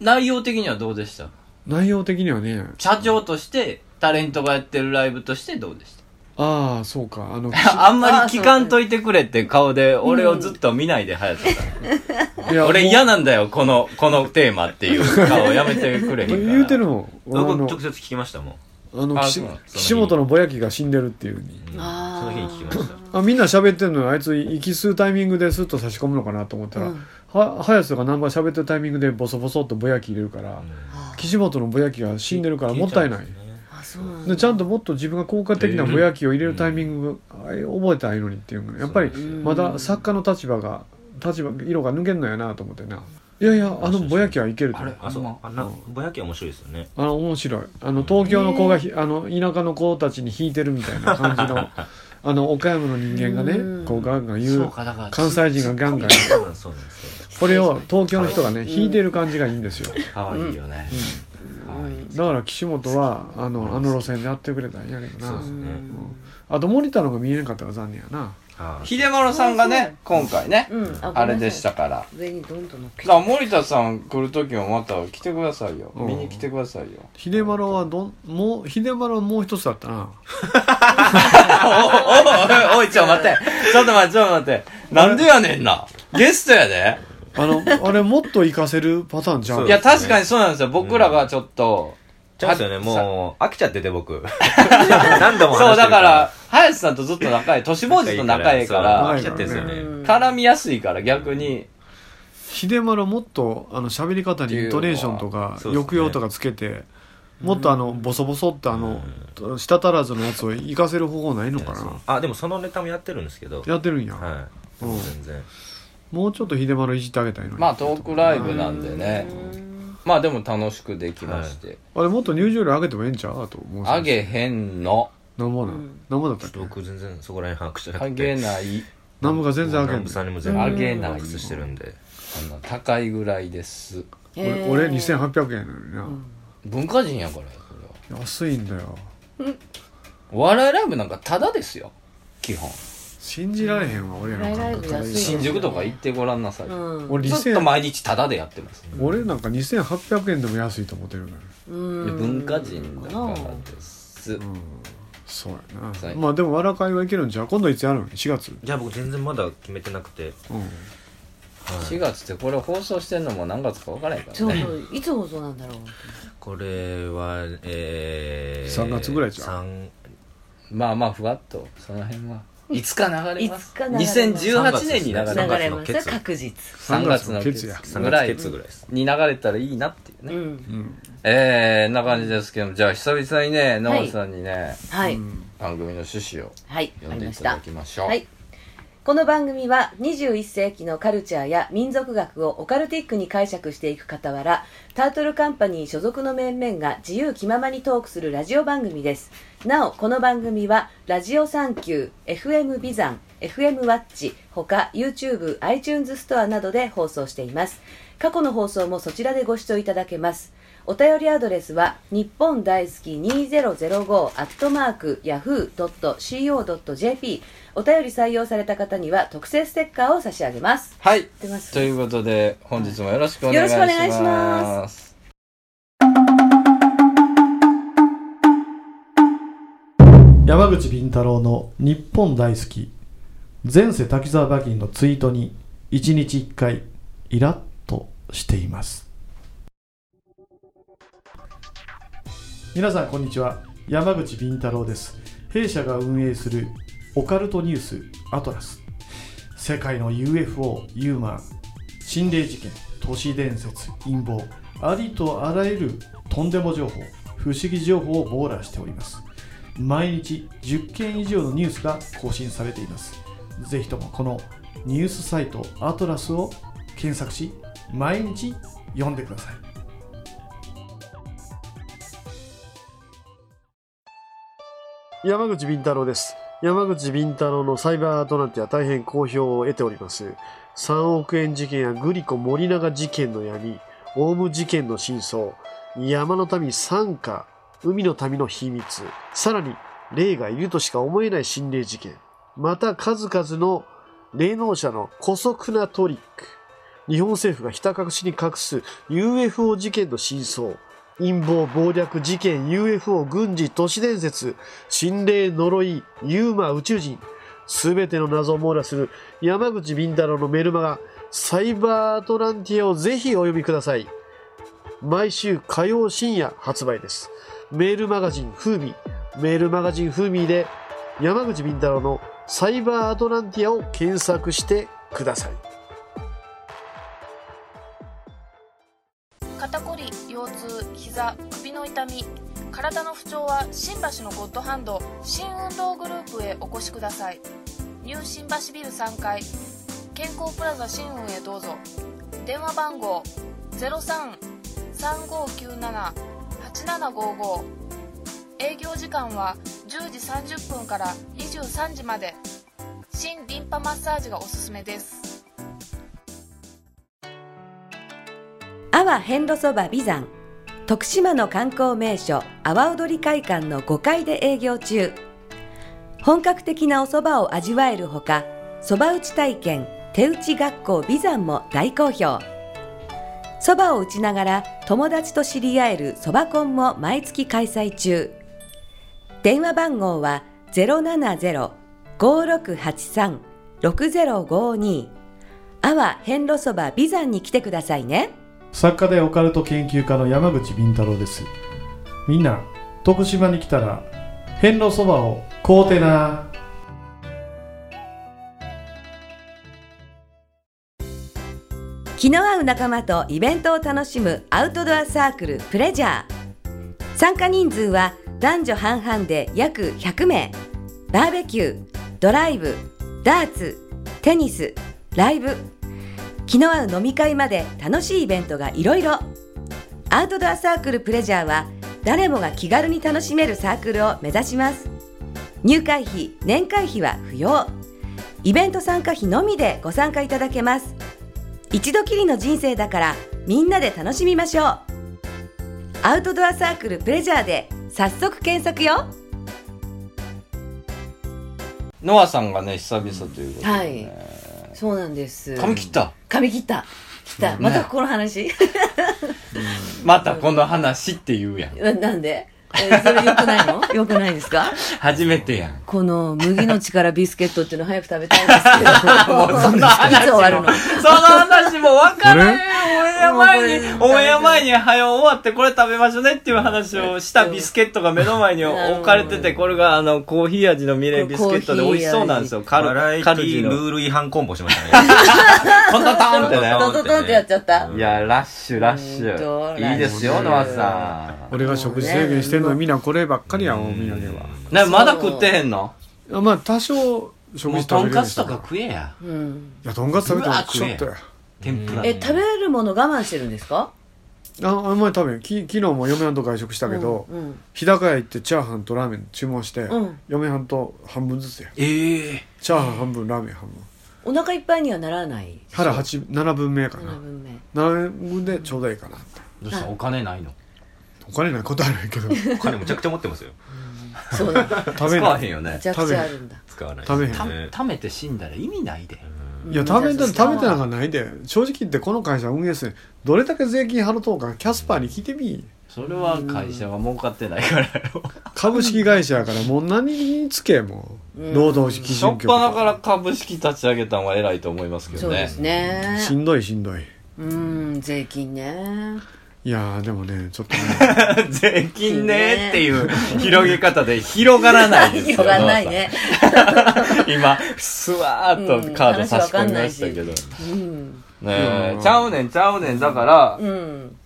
Speaker 2: 内容的にはどうでした
Speaker 1: 内容的にはね
Speaker 2: 社長として、タレントがやってるライブとしてどうで した
Speaker 1: ああそうかあ の
Speaker 2: あんまり聞かんといてくれって顔で、俺をずっと見ないで早瀬さん。
Speaker 1: いや
Speaker 2: 俺
Speaker 1: もう
Speaker 2: 嫌なんだよ、この、このテーマっていう顔やめてくれへんから。
Speaker 1: 言うてるもん俺あ
Speaker 4: 僕
Speaker 1: の
Speaker 4: 直接聞きましたもん
Speaker 1: あの
Speaker 2: あ
Speaker 1: 岸
Speaker 2: そうなんです
Speaker 1: 岸本のぼやきが死んでるっていうふうに
Speaker 4: うんそ
Speaker 3: あ
Speaker 4: の
Speaker 3: ー
Speaker 4: 日に聞きました
Speaker 1: あみんな喋ってんのにあいつ息吸うタイミングでスッと差し込むのかなと思ったら、
Speaker 3: うん
Speaker 1: は早瀬がナンバー喋ってるタイミングでボソボソっとぼやき入れるから、
Speaker 3: あ
Speaker 1: 岸本のぼやきが死んでるからもったいない
Speaker 3: あそうなん
Speaker 1: で
Speaker 3: だ
Speaker 1: ちゃんともっと自分が効果的なぼやきを入れるタイミングが、あ覚えたらいいのにっていうのやっぱり
Speaker 3: うん
Speaker 1: まだ作家の立場が立場色が抜けんのやなと思ってないやいやあのぼやきはいけると
Speaker 2: あれ
Speaker 4: あそう
Speaker 2: ま
Speaker 4: あなぼやきは面白いですよね
Speaker 1: あの面白いあの東京の子がひ、あの田舎の子たちに引いてるみたいな感じのあの岡山の人間が
Speaker 3: う
Speaker 1: ね
Speaker 3: ん
Speaker 1: こうガンガン言
Speaker 2: そううか、だから。
Speaker 1: 関西人がガンガン言う
Speaker 4: そうなんそうなんですよ
Speaker 1: これを東京の人がね引いてる感じがいいんですよ
Speaker 2: 可愛いよね。
Speaker 1: だから岸本はあのあの路線でやってくれたんやけど
Speaker 4: そう
Speaker 1: な
Speaker 4: ですね
Speaker 1: あと森田のが見えなかったから残念やな
Speaker 4: あー
Speaker 2: 秀丸さんがね、今回ね、
Speaker 3: うんあ
Speaker 2: あれでしたから。
Speaker 3: ごめんなさい上にどんどん乗っけ
Speaker 2: だから森田さん来る時もまた来てくださいよ。
Speaker 1: うん
Speaker 2: 見に来てくださいよ。
Speaker 1: 秀丸はどんもう秀丸はもう一つだったな
Speaker 2: おい、おい、ちょ、待て。ちょっと待て、ちょっと待て。なんでやねんな。ゲストやで。
Speaker 1: あのあれもっと活かせるパターンじゃ
Speaker 4: そ
Speaker 1: ん
Speaker 4: う
Speaker 2: いや、確かにそうなんですよ。僕らがちょっと。
Speaker 4: ちゃうんですよねもう飽きちゃってて僕何度も話してる
Speaker 2: そう、だから、林さんとずっと仲いい。都市坊主と仲いいか
Speaker 4: そう
Speaker 2: ら
Speaker 4: 飽、きちゃってるんですよね
Speaker 3: うん
Speaker 2: 絡みやすいから逆に。
Speaker 1: 秀丸はもっとあの喋り方にイントネーションとか
Speaker 4: っていうのは
Speaker 1: 抑揚とかつけて、もっとあのボソボソってあの、したたらずのやつを活かせる方法ないのかな、
Speaker 4: あでもそのネタもやってるんですけど
Speaker 1: やってるんや、
Speaker 4: はい
Speaker 1: うん
Speaker 4: 全然
Speaker 1: もうちょっと秀丸いじってあげたいのに、
Speaker 2: まあトークライブなんでね。まあでも楽しくできまして。
Speaker 1: あれもっと入場料上げてもええんちゃうと思う
Speaker 2: あげへんの。
Speaker 1: なんぼなんなんぼだったっけ
Speaker 4: 僕全然そこら辺把握してな
Speaker 2: あ
Speaker 4: く
Speaker 2: げ
Speaker 4: て
Speaker 2: ない。
Speaker 1: なんぼが全然あげんね
Speaker 4: 南部
Speaker 1: ん
Speaker 4: さんにも全部
Speaker 2: あげない
Speaker 4: 把握してるんで
Speaker 2: あの、高いぐらいです。
Speaker 3: へー
Speaker 1: 俺俺2800円なのにな、
Speaker 2: 文化人やからそれは
Speaker 1: 安いんだよ
Speaker 2: お笑いライブなんかタダですよ基本
Speaker 1: 信じられへんわ俺ら
Speaker 3: ライ
Speaker 1: な
Speaker 3: ブ
Speaker 1: ん
Speaker 3: 安
Speaker 1: か
Speaker 3: いよ
Speaker 2: 新宿とか行ってごらんなさい、
Speaker 3: うん
Speaker 1: 俺
Speaker 2: ずっと
Speaker 1: 2000
Speaker 2: 毎日タダでやってます、
Speaker 1: 俺なんか2800円でも安いと思ってるから
Speaker 3: うん
Speaker 2: で文化人だからです、
Speaker 1: そうや
Speaker 2: は
Speaker 1: な
Speaker 2: い
Speaker 1: まあでも笑かいはいけるんじゃう今度いつやるん4月
Speaker 4: じゃあ僕全然まだ決めてなくて
Speaker 1: うん
Speaker 2: 4月ってこれ放送してんのも何月か分からへんか
Speaker 3: ち
Speaker 2: ら
Speaker 3: ょう
Speaker 2: ね
Speaker 3: どいつ放送なんだろう
Speaker 4: これはえー、
Speaker 1: 三月ぐらいじゃん
Speaker 4: 三
Speaker 2: まあまあふわっとその辺はいつか流れます
Speaker 3: いつか流れます
Speaker 2: 2018年に流れます
Speaker 3: 流
Speaker 4: 三月
Speaker 3: れ
Speaker 4: の
Speaker 3: ま
Speaker 4: ケ
Speaker 3: す
Speaker 4: ツ
Speaker 3: ね確実
Speaker 2: 3月のケツ
Speaker 4: 三
Speaker 2: ぐら
Speaker 4: 月
Speaker 2: い
Speaker 4: ケツぐらいです
Speaker 2: に流れたらいいなっていうね、
Speaker 3: うん
Speaker 2: えー、な感じですけどじゃあ久々にね直さんにね、
Speaker 3: はい
Speaker 2: 番組の趣旨を
Speaker 3: はい
Speaker 2: 読
Speaker 3: あ
Speaker 2: んで
Speaker 3: り
Speaker 2: い
Speaker 3: ました
Speaker 2: だきましょう
Speaker 3: はい。この番組は21世紀のカルチャーや民族学をオカルティックに解釈していく傍ら、タートルカンパニー所属の面々が自由気ままにトークするラジオ番組です。なお、この番組は、ラジオサンキュー、FM ビザン、FM ワッチ、ほか YouTube、iTunes ストアなどで放送しています。過去の放送もそちらでご視聴いただけます。お便りアドレスは日本大好き2005アットマーク yahoo.co.jp お便り採用された方には特製ステッカーを差し上げます
Speaker 2: はい
Speaker 3: てます
Speaker 2: ということで本日もよろしくお願いし
Speaker 3: よろしくお願いし
Speaker 2: ま
Speaker 3: ます
Speaker 5: 山口敏太郎の日本大好き前世滝沢馬琴のツイートに1日1回イラッとしています皆さんこんにちは山口敏太郎です弊社が運営するオカルトニュースアトラス世界の UFO ユーマン心霊事件都市伝説陰謀ありとあらゆるとんでも情報不思議情報を網羅しております毎日10件以上のニュースが更新されていますぜひともこのニュースサイトアトラスを検索し毎日読んでください
Speaker 6: 山口敏太郎です。山口敏太郎のサイバーアトランティア大変好評を得ております。3億円事件やグリコ森永事件の闇、オウム事件の真相、山の民参加、海の民の秘密、さらに霊がいるとしか思えない心霊事件、また数々の霊能者の古速なトリック、日本政府がひた隠しに隠す UFO 事件の真相、陰謀、暴略、事件、UFO、軍事、都市伝説、心霊、呪い、ユーマ、宇宙人、すべての謎を網羅する山口敏太郎のメルマガ、サイバーアトランティアをぜひお読みください。毎週火曜深夜発売です。メールマガジンフーミー、メールマガジンフーミーで山口敏太郎のサイバーアトランティアを検索してください。
Speaker 7: 肩こり腰痛膝首の痛み体の不調は新橋のゴッドハンド新運動グループへお越しくださいニュー新橋ビル3階健康プラザ新運へどうぞ電話番号0335978755営業時間は10時30分から23時まで新リンパマッサージがおすすめです
Speaker 3: 阿波遍路そば美山徳島の観光名所阿波踊り会館の5階で営業中本格的なお蕎麦を味わえるほか蕎麦打ち体験手打ち学校美山も大好評蕎麦を打ちながら友達と知り合える蕎麦コンも毎月開催中電話番号は070-5683-6052阿波遍路そば美山に来てくださいね
Speaker 5: 作家でオカルト研究家の山口敏太郎ですみんな徳島に来たら遍路そばを買うてな
Speaker 3: 気の合う仲間とイベントを楽しむアウトドアサークルプレジャー参加人数は男女半々で約100名バーベキュードライブダーツテニスライブ気の合う飲み会まで楽しいイベントがいろいろアウトドアサークルプレジャーは誰もが気軽に楽しめるサークルを目指します入会費年会費は不要イベント参加費のみでご参加いただけます一度きりの人生だからみんなで楽しみましょうアウトドアサークルプレジャーで早速検索よ
Speaker 2: ノアさんがね、久々ということで、ね。
Speaker 3: はいそうなんです
Speaker 2: 髪切った。
Speaker 3: 髪切った切った、
Speaker 2: ね
Speaker 3: またこの話
Speaker 2: またこの話って言うやん。
Speaker 3: ななんでえーそれ良くないの 良くないですか
Speaker 2: 初めてやん。
Speaker 3: この麦の力ビスケットっていうの早く食べたいんですけ ど
Speaker 2: もうその話
Speaker 3: いつ
Speaker 2: も、
Speaker 3: 終わ
Speaker 2: そ
Speaker 3: る
Speaker 2: の
Speaker 3: の
Speaker 2: 話も分かれへん。オンエア前に
Speaker 3: もう、これ
Speaker 2: オンエア前に、早終わってこれ食べましょうねっていう話をしたビスケットが目の前に 置かれてて、これがあの、コーヒー味のミレービスケットで美味しそうなんですよ。カ
Speaker 4: バラ
Speaker 2: ル
Speaker 4: エテ
Speaker 2: カ
Speaker 4: ィ
Speaker 2: ルジ
Speaker 4: ル
Speaker 2: の。
Speaker 4: ール違反コンボしましたね。
Speaker 2: トントントンってね。
Speaker 3: トントントンってやっちゃった
Speaker 2: いや、ラッシュ、ラッシ
Speaker 3: ほんと
Speaker 2: ュ。いいですよ、ノアさ
Speaker 1: 俺が食事制限してんのみんなこればっかりやんお土産
Speaker 2: ん。ね、まだ食ってへんの
Speaker 1: はまあ多少食
Speaker 2: も
Speaker 1: 事食
Speaker 2: う、と
Speaker 1: べれ
Speaker 2: ん
Speaker 1: る
Speaker 2: か
Speaker 1: で
Speaker 2: つ
Speaker 1: しょ
Speaker 2: とか食えや。
Speaker 3: うん
Speaker 1: いやとんかつ食べた
Speaker 2: う
Speaker 1: ら
Speaker 2: わ
Speaker 1: ちょっとや
Speaker 2: 天ぷら。
Speaker 3: え食べるもの我慢してるんですか
Speaker 1: ああんまり食べんき昨日も嫁はんと外食したけど、
Speaker 3: うんうん
Speaker 1: 日高屋行ってチャーハンとラーメン注文して、
Speaker 3: うん
Speaker 1: 嫁はんと半分ずつや
Speaker 2: ええ。
Speaker 1: チャーハン半分ラーメン半分
Speaker 3: お腹いっぱいにはならない
Speaker 1: 腹八7分目やか
Speaker 3: 7
Speaker 1: な
Speaker 3: 分目
Speaker 1: 7分でちょうどいいかなって
Speaker 2: どうしたお金ないの
Speaker 1: お金ないことあるんや けど
Speaker 4: お金むちゃくちゃ持ってますよ。
Speaker 3: そうなんだ
Speaker 1: 食べ
Speaker 2: 使わ
Speaker 1: な
Speaker 2: へん
Speaker 1: い
Speaker 2: よ
Speaker 3: め
Speaker 2: ね
Speaker 3: ち。ゃくちゃあるんだ
Speaker 4: 使わない。
Speaker 1: 食べへん
Speaker 2: た
Speaker 4: ね
Speaker 2: 貯めて死んだら意味ないで。
Speaker 1: いや食べた食べてなんかないで正直言ってこの会社運営するどれだけ税金払うとうかキャスパーに聞いてみ
Speaker 2: それは会社が儲かってないからやろ。
Speaker 1: 株式会社やからもう何につけもう、
Speaker 3: うん
Speaker 1: 労働基
Speaker 2: しょ
Speaker 1: 準
Speaker 2: っ
Speaker 1: 局
Speaker 2: ぱなから株式立ち上げたんは偉いと思いますけ
Speaker 3: そ
Speaker 2: ど
Speaker 3: う
Speaker 2: ね
Speaker 3: です。ね
Speaker 1: しんどいしんどい
Speaker 3: うん税金ね
Speaker 1: いやーでもねちょっとね
Speaker 2: 税金ねっていう広げ方で 広がらないですよ。
Speaker 3: 広がんないね
Speaker 2: 今、すわーっとカード差し込みましたけど。
Speaker 3: うん
Speaker 2: ねえ
Speaker 1: う、ん
Speaker 2: ちゃうねんちゃうねん。だから、
Speaker 3: うん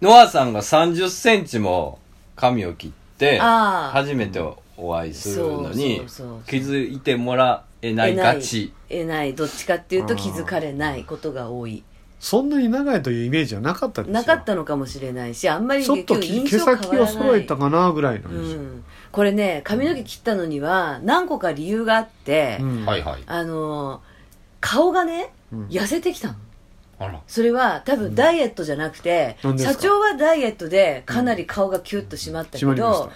Speaker 2: ノアさんが30センチも髪を切って、
Speaker 3: ああ
Speaker 2: 初めてお会いするのに
Speaker 3: そうそうそう、
Speaker 2: 気づいてもらえないがち。
Speaker 3: えないどっちかっていうと気づかれないことが多い
Speaker 1: そんなに長いというイメージはなかったですよ
Speaker 3: なかったのかもしれないしあんまり
Speaker 1: ちょっと
Speaker 3: 結
Speaker 1: き
Speaker 3: 局
Speaker 1: 毛
Speaker 3: 印象変わ
Speaker 1: 先を
Speaker 3: らな
Speaker 1: 揃
Speaker 3: い
Speaker 1: えたかなぐらいの
Speaker 3: う
Speaker 1: 印象、
Speaker 3: ん、これね髪の毛切ったのには何個か理由があって、
Speaker 1: うん
Speaker 2: はいはい。
Speaker 3: あの顔がね、
Speaker 1: うん
Speaker 3: 痩せてきたの
Speaker 2: あら。
Speaker 3: それは多分ダイエットじゃなくて、
Speaker 1: うん何です
Speaker 3: 社
Speaker 1: か
Speaker 3: 長はダイエットでかなり顔がキュッと締まったけ
Speaker 1: 締まりました
Speaker 3: ど、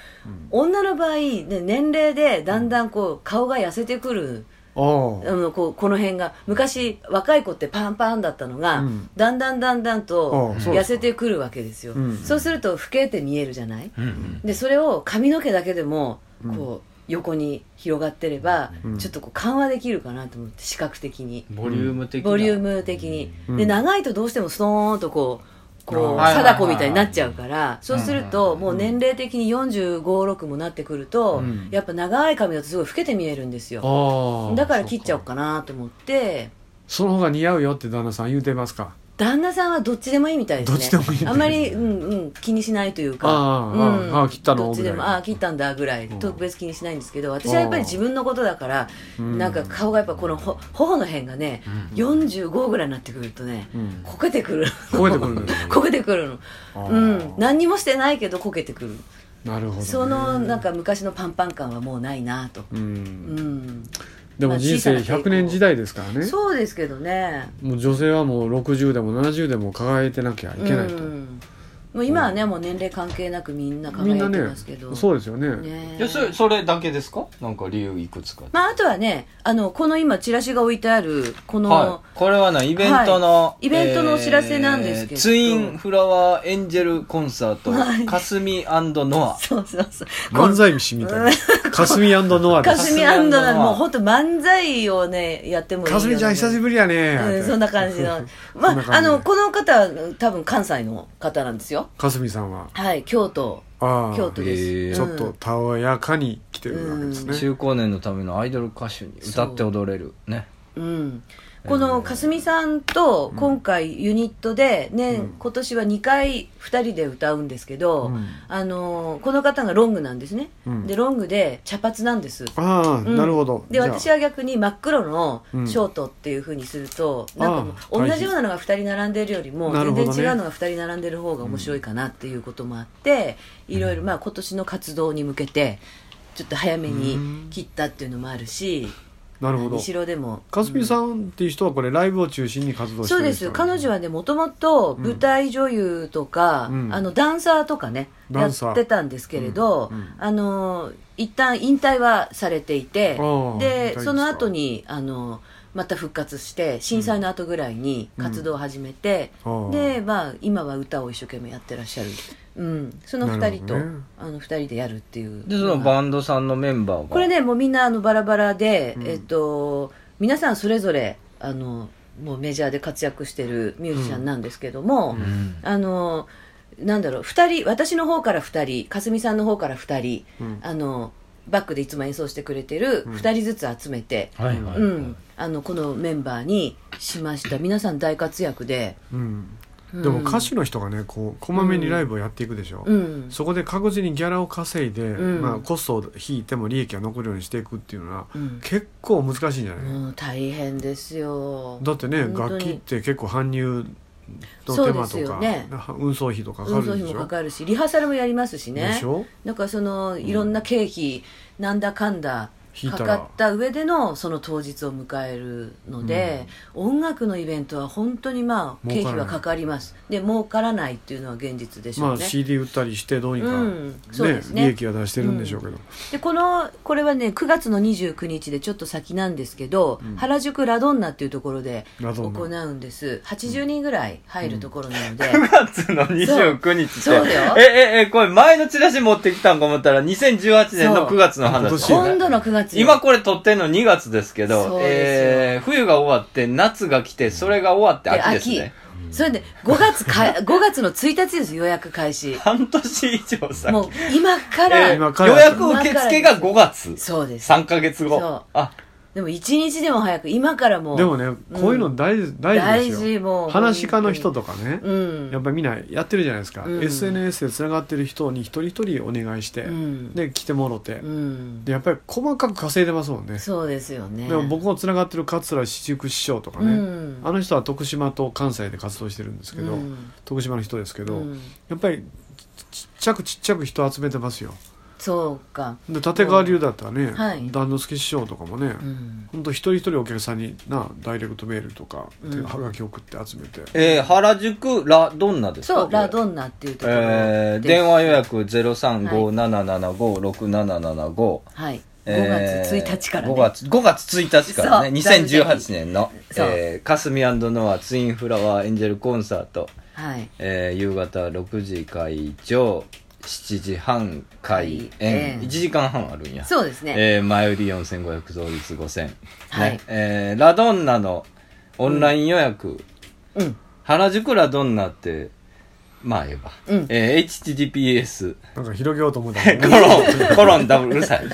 Speaker 3: 女の場合、ね、年齢でだんだんこう顔が痩せてくるあ
Speaker 1: あ
Speaker 3: のこうこの辺が昔若い子ってパンパンだったのが、
Speaker 1: うん
Speaker 3: だんだんだんだんと
Speaker 1: ああそう
Speaker 3: 痩
Speaker 1: ですか
Speaker 3: せてくるわけですよ、
Speaker 1: うん
Speaker 3: そうすると老けて見えるじゃない、
Speaker 2: うん
Speaker 3: でそれを髪の毛だけでもこう横に広がってれば、
Speaker 1: うん
Speaker 3: ちょっとこう緩和できるかなと思って視覚的に
Speaker 2: ボリューム的な。
Speaker 3: ボリューム的に、
Speaker 1: うん
Speaker 3: で長いとどうしてもストーンとこう。こう
Speaker 2: あー
Speaker 3: 貞子みたいになっちゃうからそうするともう年齢的に4 5 6もなってくると、
Speaker 1: うん
Speaker 3: やっぱ長い髪だとすごい老けて見えるんですよ
Speaker 1: ああ
Speaker 3: だから切っちゃおうかなと思って
Speaker 1: その方が似合うよって旦那さん言うてますか
Speaker 3: 旦那さんはどっちでもいいみたいです
Speaker 1: ど
Speaker 3: ね
Speaker 1: っちでもいいんだ
Speaker 3: あんまり、うんうん、気にしないというか
Speaker 1: あー
Speaker 3: うん
Speaker 1: あーあー切ったの
Speaker 3: どっちでも
Speaker 1: ぐらい
Speaker 3: ああー切ったんだぐらい
Speaker 1: ん
Speaker 3: 特別気にしないんですけど私はやっぱり自分のことだからなんか顔がやっぱこのほ頬の辺がね、45ぐらいになってくるとね、
Speaker 1: ん
Speaker 3: こけてくる
Speaker 1: こけてくるの
Speaker 3: こけてくる
Speaker 1: あ
Speaker 3: の、
Speaker 1: ー
Speaker 3: うん、何にもしてないけどこけてくる
Speaker 1: なるほど、ね、
Speaker 3: そのなんか昔のパンパン感はもうないなと、
Speaker 1: う
Speaker 3: うんん、
Speaker 1: で
Speaker 3: ま
Speaker 1: も
Speaker 3: あ
Speaker 1: 人生
Speaker 3: 小さな抵
Speaker 1: 100
Speaker 3: 抗
Speaker 1: 年時代ですからね
Speaker 3: そうですけどね
Speaker 1: もう女性はもう60でも70でも輝いてなきゃいけないと、
Speaker 3: うん、もう今はね、もう年齢関係なくみんな
Speaker 1: みんな
Speaker 3: 輝
Speaker 1: い
Speaker 3: て
Speaker 1: ね
Speaker 3: ますけど
Speaker 1: そうですよね
Speaker 3: ね
Speaker 2: いやそれそれだけですかなんか理由いくつか。
Speaker 3: まああとはねあのこの今チラシが置いてあるこの、
Speaker 2: はい。これはね、イベントの、
Speaker 3: はいイベントのお知らせなんですけど
Speaker 2: えーツインフラワーエンジェルコンサート、
Speaker 3: はい
Speaker 2: かすみノア。
Speaker 3: そうそうそう
Speaker 1: 漫才師みたいなかすみノアで
Speaker 3: か
Speaker 1: す
Speaker 3: すみ
Speaker 2: か
Speaker 3: ア
Speaker 2: すみ
Speaker 3: ンドなん
Speaker 2: アンド
Speaker 3: で
Speaker 2: の
Speaker 3: もう本当漫才をねやってもいいよ
Speaker 1: かすみちゃん久しぶりやね
Speaker 3: うん、そんな感 じの
Speaker 1: そ
Speaker 3: ま
Speaker 1: んな感
Speaker 3: あ
Speaker 1: じ
Speaker 3: あのこの方は多分関西の方なんですよ
Speaker 1: かすみさんは
Speaker 3: はい京都
Speaker 1: ああ
Speaker 3: 京都です、
Speaker 2: へえ
Speaker 1: ちょっとたおやかに来てるわけですね、
Speaker 2: 中高年のためのアイドル歌手に歌って踊れる。ね。
Speaker 3: うん、このかすみさんと今回ユニットで、ね今年は2回2人で歌うんですけ
Speaker 1: う
Speaker 3: ど、
Speaker 1: ん
Speaker 3: あのーこの方がロングなんですね、
Speaker 1: うん
Speaker 3: でロングで茶髪なんです
Speaker 1: ああ、
Speaker 3: うん
Speaker 1: なるほど
Speaker 3: で私
Speaker 1: は
Speaker 3: は逆に真っ黒のシ
Speaker 1: うん
Speaker 3: ョートっていうふうにすると、なんかも
Speaker 1: ああ
Speaker 3: う
Speaker 1: 対
Speaker 3: 同
Speaker 1: 比
Speaker 3: じようなのが2人並んでるよりも
Speaker 1: なる
Speaker 3: 全
Speaker 1: ほど
Speaker 3: 然
Speaker 1: ね
Speaker 3: 違うのが2人並んでる方が面白いかなっていうこともあって、いろいろまあ今年の活動に向けてちょっと早めに切ったっていうのもあるし、
Speaker 1: なるほど
Speaker 3: にしろでも
Speaker 1: かすみさんっていう人はこれライブを中心に活動して
Speaker 3: そう
Speaker 1: る
Speaker 3: で
Speaker 1: 人
Speaker 3: す
Speaker 1: なん
Speaker 3: 彼女はねもともと舞台女優とか、
Speaker 1: うん
Speaker 3: あのダンサーとかね、
Speaker 1: ダ
Speaker 3: や
Speaker 1: ンサー
Speaker 3: ってたんですけれど、
Speaker 1: うんうん
Speaker 3: あの一旦引退はされていて
Speaker 1: あー引退で
Speaker 3: です
Speaker 1: か
Speaker 3: その後にあのまた復活して震災の後ぐらいに活動を始めて、
Speaker 1: あー
Speaker 3: で、まあ、今は歌を一生懸命やってらっしゃる、うん、その
Speaker 1: な
Speaker 3: 2
Speaker 1: る
Speaker 3: 人
Speaker 1: ほ
Speaker 3: と、
Speaker 1: どね
Speaker 3: あの2人でやるっていう
Speaker 2: で、そのバンドさんのメンバーが。
Speaker 3: これねもうみんなあのバラバラで、
Speaker 1: うん
Speaker 3: えっと皆さんそれぞれあのもうメジャーで活躍してるミュージシャンなんですけども、
Speaker 2: うん。
Speaker 3: あのなんだろう2人私の方から2人かすみさんの方から2人、
Speaker 1: うん
Speaker 3: あのバックでいつも演奏してくれてる
Speaker 1: うん
Speaker 3: 2人ずつ集めて、
Speaker 2: はいはい。
Speaker 3: うん、あのこのメンバーにしました皆さん大活躍で、
Speaker 1: うん
Speaker 3: うん
Speaker 1: でも歌手の人がねこうこまめにライブをやっていくでしょ、
Speaker 3: うん、
Speaker 1: そこで確実にギャラを稼いで、
Speaker 3: うん
Speaker 1: まあ、コストを引いても利益が残るようにしていくっていうのは
Speaker 3: うん
Speaker 1: 結構難しいんじゃない、
Speaker 3: もう大変ですよ
Speaker 1: だってね
Speaker 3: 本当
Speaker 1: 楽
Speaker 3: に
Speaker 1: 器って結構搬入の
Speaker 3: そう
Speaker 1: 手
Speaker 3: で
Speaker 1: 間
Speaker 3: す
Speaker 1: と
Speaker 3: よ
Speaker 1: か、
Speaker 3: ね
Speaker 1: 運送費とかかか
Speaker 3: 運送
Speaker 1: る
Speaker 3: 費
Speaker 1: でし
Speaker 3: も
Speaker 1: ょ
Speaker 3: かかるしリハーサルもやりますしね
Speaker 1: でしょ
Speaker 3: なんかそのいろんな経費、なんだかんだ
Speaker 1: 引い
Speaker 3: か
Speaker 1: た
Speaker 3: からった上でのその当日を迎えるので、音楽のイベントは本当にまあ経
Speaker 1: 儲からない
Speaker 3: 費はかかりますで儲からないっていうのは現実でし
Speaker 1: ま
Speaker 3: ょ
Speaker 1: あ
Speaker 3: うね、
Speaker 1: CD 売ったりしてどうにか、
Speaker 3: うんそうですね
Speaker 1: 利益は出してるんでしょうけど、
Speaker 3: でこのこれはね9月の29日でちょっと先なんですけど、原宿ラドンナっていうところで
Speaker 1: ラド
Speaker 3: 行
Speaker 1: ンナ
Speaker 3: うんです80人ぐらい入るところなので、
Speaker 2: 9月の29日って。
Speaker 3: そうそうだよ
Speaker 2: え、え、え、これ前のチラシ持ってきたんか思ったら、2018年の9月の話。
Speaker 1: そう
Speaker 3: 今度の9月に
Speaker 2: 今これ撮ってんの2月ですけ
Speaker 3: そ
Speaker 2: ど、
Speaker 3: うです
Speaker 2: えー、冬が終わって、夏が来て、それが終わって
Speaker 3: で
Speaker 2: 秋ですね。
Speaker 3: それで5月か 5月の1日です予約開始
Speaker 2: 半年以上先。
Speaker 3: もう今から、
Speaker 2: えー
Speaker 1: 今から
Speaker 2: 予約受付が5月。
Speaker 3: そうです
Speaker 2: 3ヶ月
Speaker 3: そ
Speaker 2: 後
Speaker 3: う。
Speaker 2: あ、
Speaker 3: でも一日でも早く今からもう
Speaker 1: でもね、こういうの大事大事です
Speaker 3: 大事
Speaker 1: よ
Speaker 3: もう
Speaker 1: 話し家の人とかね、
Speaker 3: うん
Speaker 1: やっぱりみんなやってるじゃないですか、
Speaker 3: うん
Speaker 1: SNS でつながってる人に一人一人お願いして、
Speaker 3: うん
Speaker 1: で来てもろて、
Speaker 3: うん
Speaker 1: でやっぱり細かく稼いでますもんね
Speaker 3: そうですよね
Speaker 1: でも僕もつながってる桂七竹師匠とかね、
Speaker 3: うん
Speaker 1: あの人は徳島と関西で活動してるんですけど、
Speaker 3: うん
Speaker 1: 徳島の人ですけど、
Speaker 3: うん
Speaker 1: やっぱりちっちゃくちっちゃく人集めてますよ
Speaker 3: そうか
Speaker 1: で立川流だったらね、
Speaker 3: はい
Speaker 1: 段之助師匠とかもね、
Speaker 3: うん
Speaker 1: ほんと一人一人お客さんになダイレクトメールとか、
Speaker 3: うん
Speaker 1: ではがき送って集めて、
Speaker 2: えー、原宿ラドンナですか
Speaker 3: そうラド
Speaker 2: ン
Speaker 3: ンナっていうところです、
Speaker 2: えー、電話予約0357756775、
Speaker 3: はい
Speaker 2: え
Speaker 3: 5月
Speaker 2: ー
Speaker 3: 1日から、ね
Speaker 2: 5月5月1日からね
Speaker 3: そう
Speaker 2: 2018年の「
Speaker 3: そう
Speaker 2: えー、かすみノアツインフラワーエンジェルコンサート
Speaker 3: はい」
Speaker 2: えー夕方6時会場7時半開演、
Speaker 3: 開演
Speaker 2: 1時間半あるんや
Speaker 3: そうですね、
Speaker 2: えー前売り4500増率5000、ね
Speaker 3: はい
Speaker 2: えーラドンナのオンライン予約、
Speaker 3: うん
Speaker 2: 原宿ラドンナってまあ言えば、
Speaker 3: うん
Speaker 2: えー HTTPS
Speaker 1: なんか広げようと思ったら、
Speaker 2: コロン コロンダブルうるさい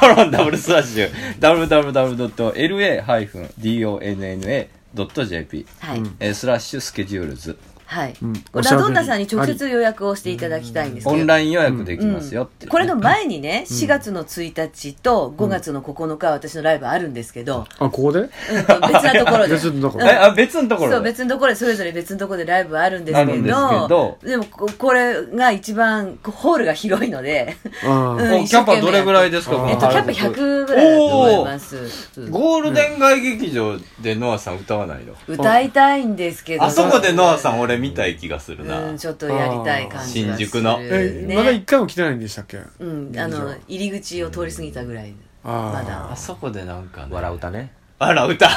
Speaker 2: コロンダブルスラッシュ www.la-donna.jp、
Speaker 3: はい、
Speaker 2: えースラッシュスケジュールズ
Speaker 3: はい、
Speaker 1: うん
Speaker 3: これラドンナさんに直接予約をしていただきたいんですけ
Speaker 2: オ
Speaker 3: ど
Speaker 2: ンライン予約できますよっていうね、
Speaker 3: これの前にね、4月の1日と5月の9日は私のライブあるんですけど、
Speaker 1: あここで
Speaker 3: うんと別なところで。
Speaker 1: 別のところ
Speaker 3: うん
Speaker 2: えあ 別のところで
Speaker 3: そう、別のところで、それぞれ別のところでライブあるんです
Speaker 2: あ
Speaker 3: け
Speaker 2: るんですけ
Speaker 3: ど
Speaker 2: ど、
Speaker 3: でもこ、これが一番、こうホールが広いので、
Speaker 1: あー
Speaker 3: うん
Speaker 2: おキャパどれぐらいですか
Speaker 1: 一生懸命
Speaker 2: この
Speaker 3: えっと、キャップ
Speaker 2: 原宿
Speaker 3: 100ぐらいだと思います。うん
Speaker 2: ゴールデン街劇場でノアさん歌わないの
Speaker 3: 歌いたいんですけど。
Speaker 2: あそこでノアさん俺見たい気がする
Speaker 3: う、。
Speaker 2: なん
Speaker 3: ちょっとやりたい感じがする。
Speaker 2: 新宿の
Speaker 1: え
Speaker 3: ね
Speaker 1: まだ一回も来てないんでしたっけ
Speaker 3: うん、あの、入り口を通り過ぎたぐらい。
Speaker 1: あ
Speaker 3: ま
Speaker 2: あ
Speaker 3: だ。
Speaker 2: そこでなんかね。
Speaker 4: 笑うたね
Speaker 2: 笑う歌。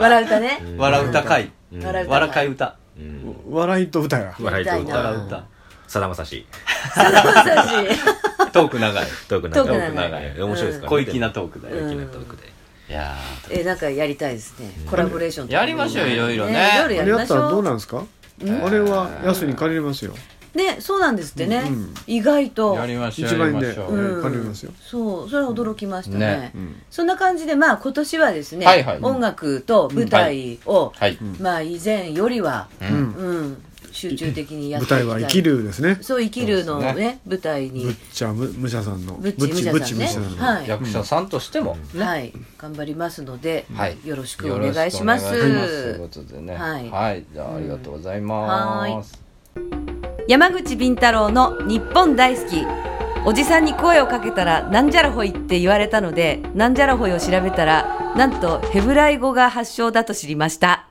Speaker 3: 笑うたね。
Speaker 2: 笑う歌会。
Speaker 4: うん
Speaker 3: 笑う歌会
Speaker 2: 笑かい歌。
Speaker 4: うん
Speaker 1: 笑いと歌や
Speaker 4: 笑いと
Speaker 3: みたい
Speaker 2: 笑
Speaker 3: な
Speaker 4: 歌
Speaker 2: う歌。
Speaker 4: さだまさし
Speaker 3: さだまさし。
Speaker 2: トーク長い。
Speaker 4: トークな
Speaker 3: トー
Speaker 4: ん
Speaker 3: ク
Speaker 4: か
Speaker 3: 長い
Speaker 4: 面白いですからね
Speaker 2: 小粋なトークだ
Speaker 4: 小
Speaker 2: よ。
Speaker 4: 粋なトークで
Speaker 2: いや
Speaker 3: えーなんかやりたいですねコラボレーションとか
Speaker 2: やりましょうよいろいろね
Speaker 3: いろいろ
Speaker 1: あ
Speaker 3: や
Speaker 1: れ
Speaker 3: り
Speaker 1: や
Speaker 3: ま
Speaker 1: っ
Speaker 3: した
Speaker 1: ら
Speaker 3: ょ
Speaker 1: どう
Speaker 3: う
Speaker 1: なんですかあれは安に借りれますよ
Speaker 3: ねそうなんですってね、
Speaker 1: うん
Speaker 3: 意外と
Speaker 2: やりましょう。
Speaker 1: 1万円
Speaker 2: や
Speaker 1: で
Speaker 2: りましょう
Speaker 3: うん
Speaker 1: 借りれますよ
Speaker 3: そうそれは驚きましたね
Speaker 2: ね
Speaker 3: そんな感じでまあ今年はですね、
Speaker 2: はいはい
Speaker 3: 音楽と舞台を、
Speaker 2: はい。
Speaker 3: まあ以前よりは、
Speaker 1: う
Speaker 3: うんん集中的にやっ
Speaker 1: 舞
Speaker 3: ていきたい
Speaker 1: 台は生きるですね
Speaker 3: そう生きるのをね
Speaker 2: そうで
Speaker 3: 舞台
Speaker 1: ぶっ
Speaker 3: に
Speaker 1: ちゃむむしゃさんの
Speaker 3: ぶっちむしゃ
Speaker 1: ぶっち
Speaker 3: さん
Speaker 1: む
Speaker 3: ね
Speaker 1: しゃさんの
Speaker 3: はい、
Speaker 2: 役者さんとしても。
Speaker 3: はい、頑張りますので、
Speaker 2: はい
Speaker 3: よろしくお願いします
Speaker 2: よろくお願いしますということでね。
Speaker 3: はい
Speaker 2: はい。じゃあありがとうござい
Speaker 3: は
Speaker 2: ま
Speaker 3: い
Speaker 2: す。
Speaker 3: 山口敏太郎の日本大好きおじさんに声をかけたらなんじゃらほいって言われたのでなんじゃらほいを調べたら
Speaker 8: なんとヘブライ語が発祥だと知りました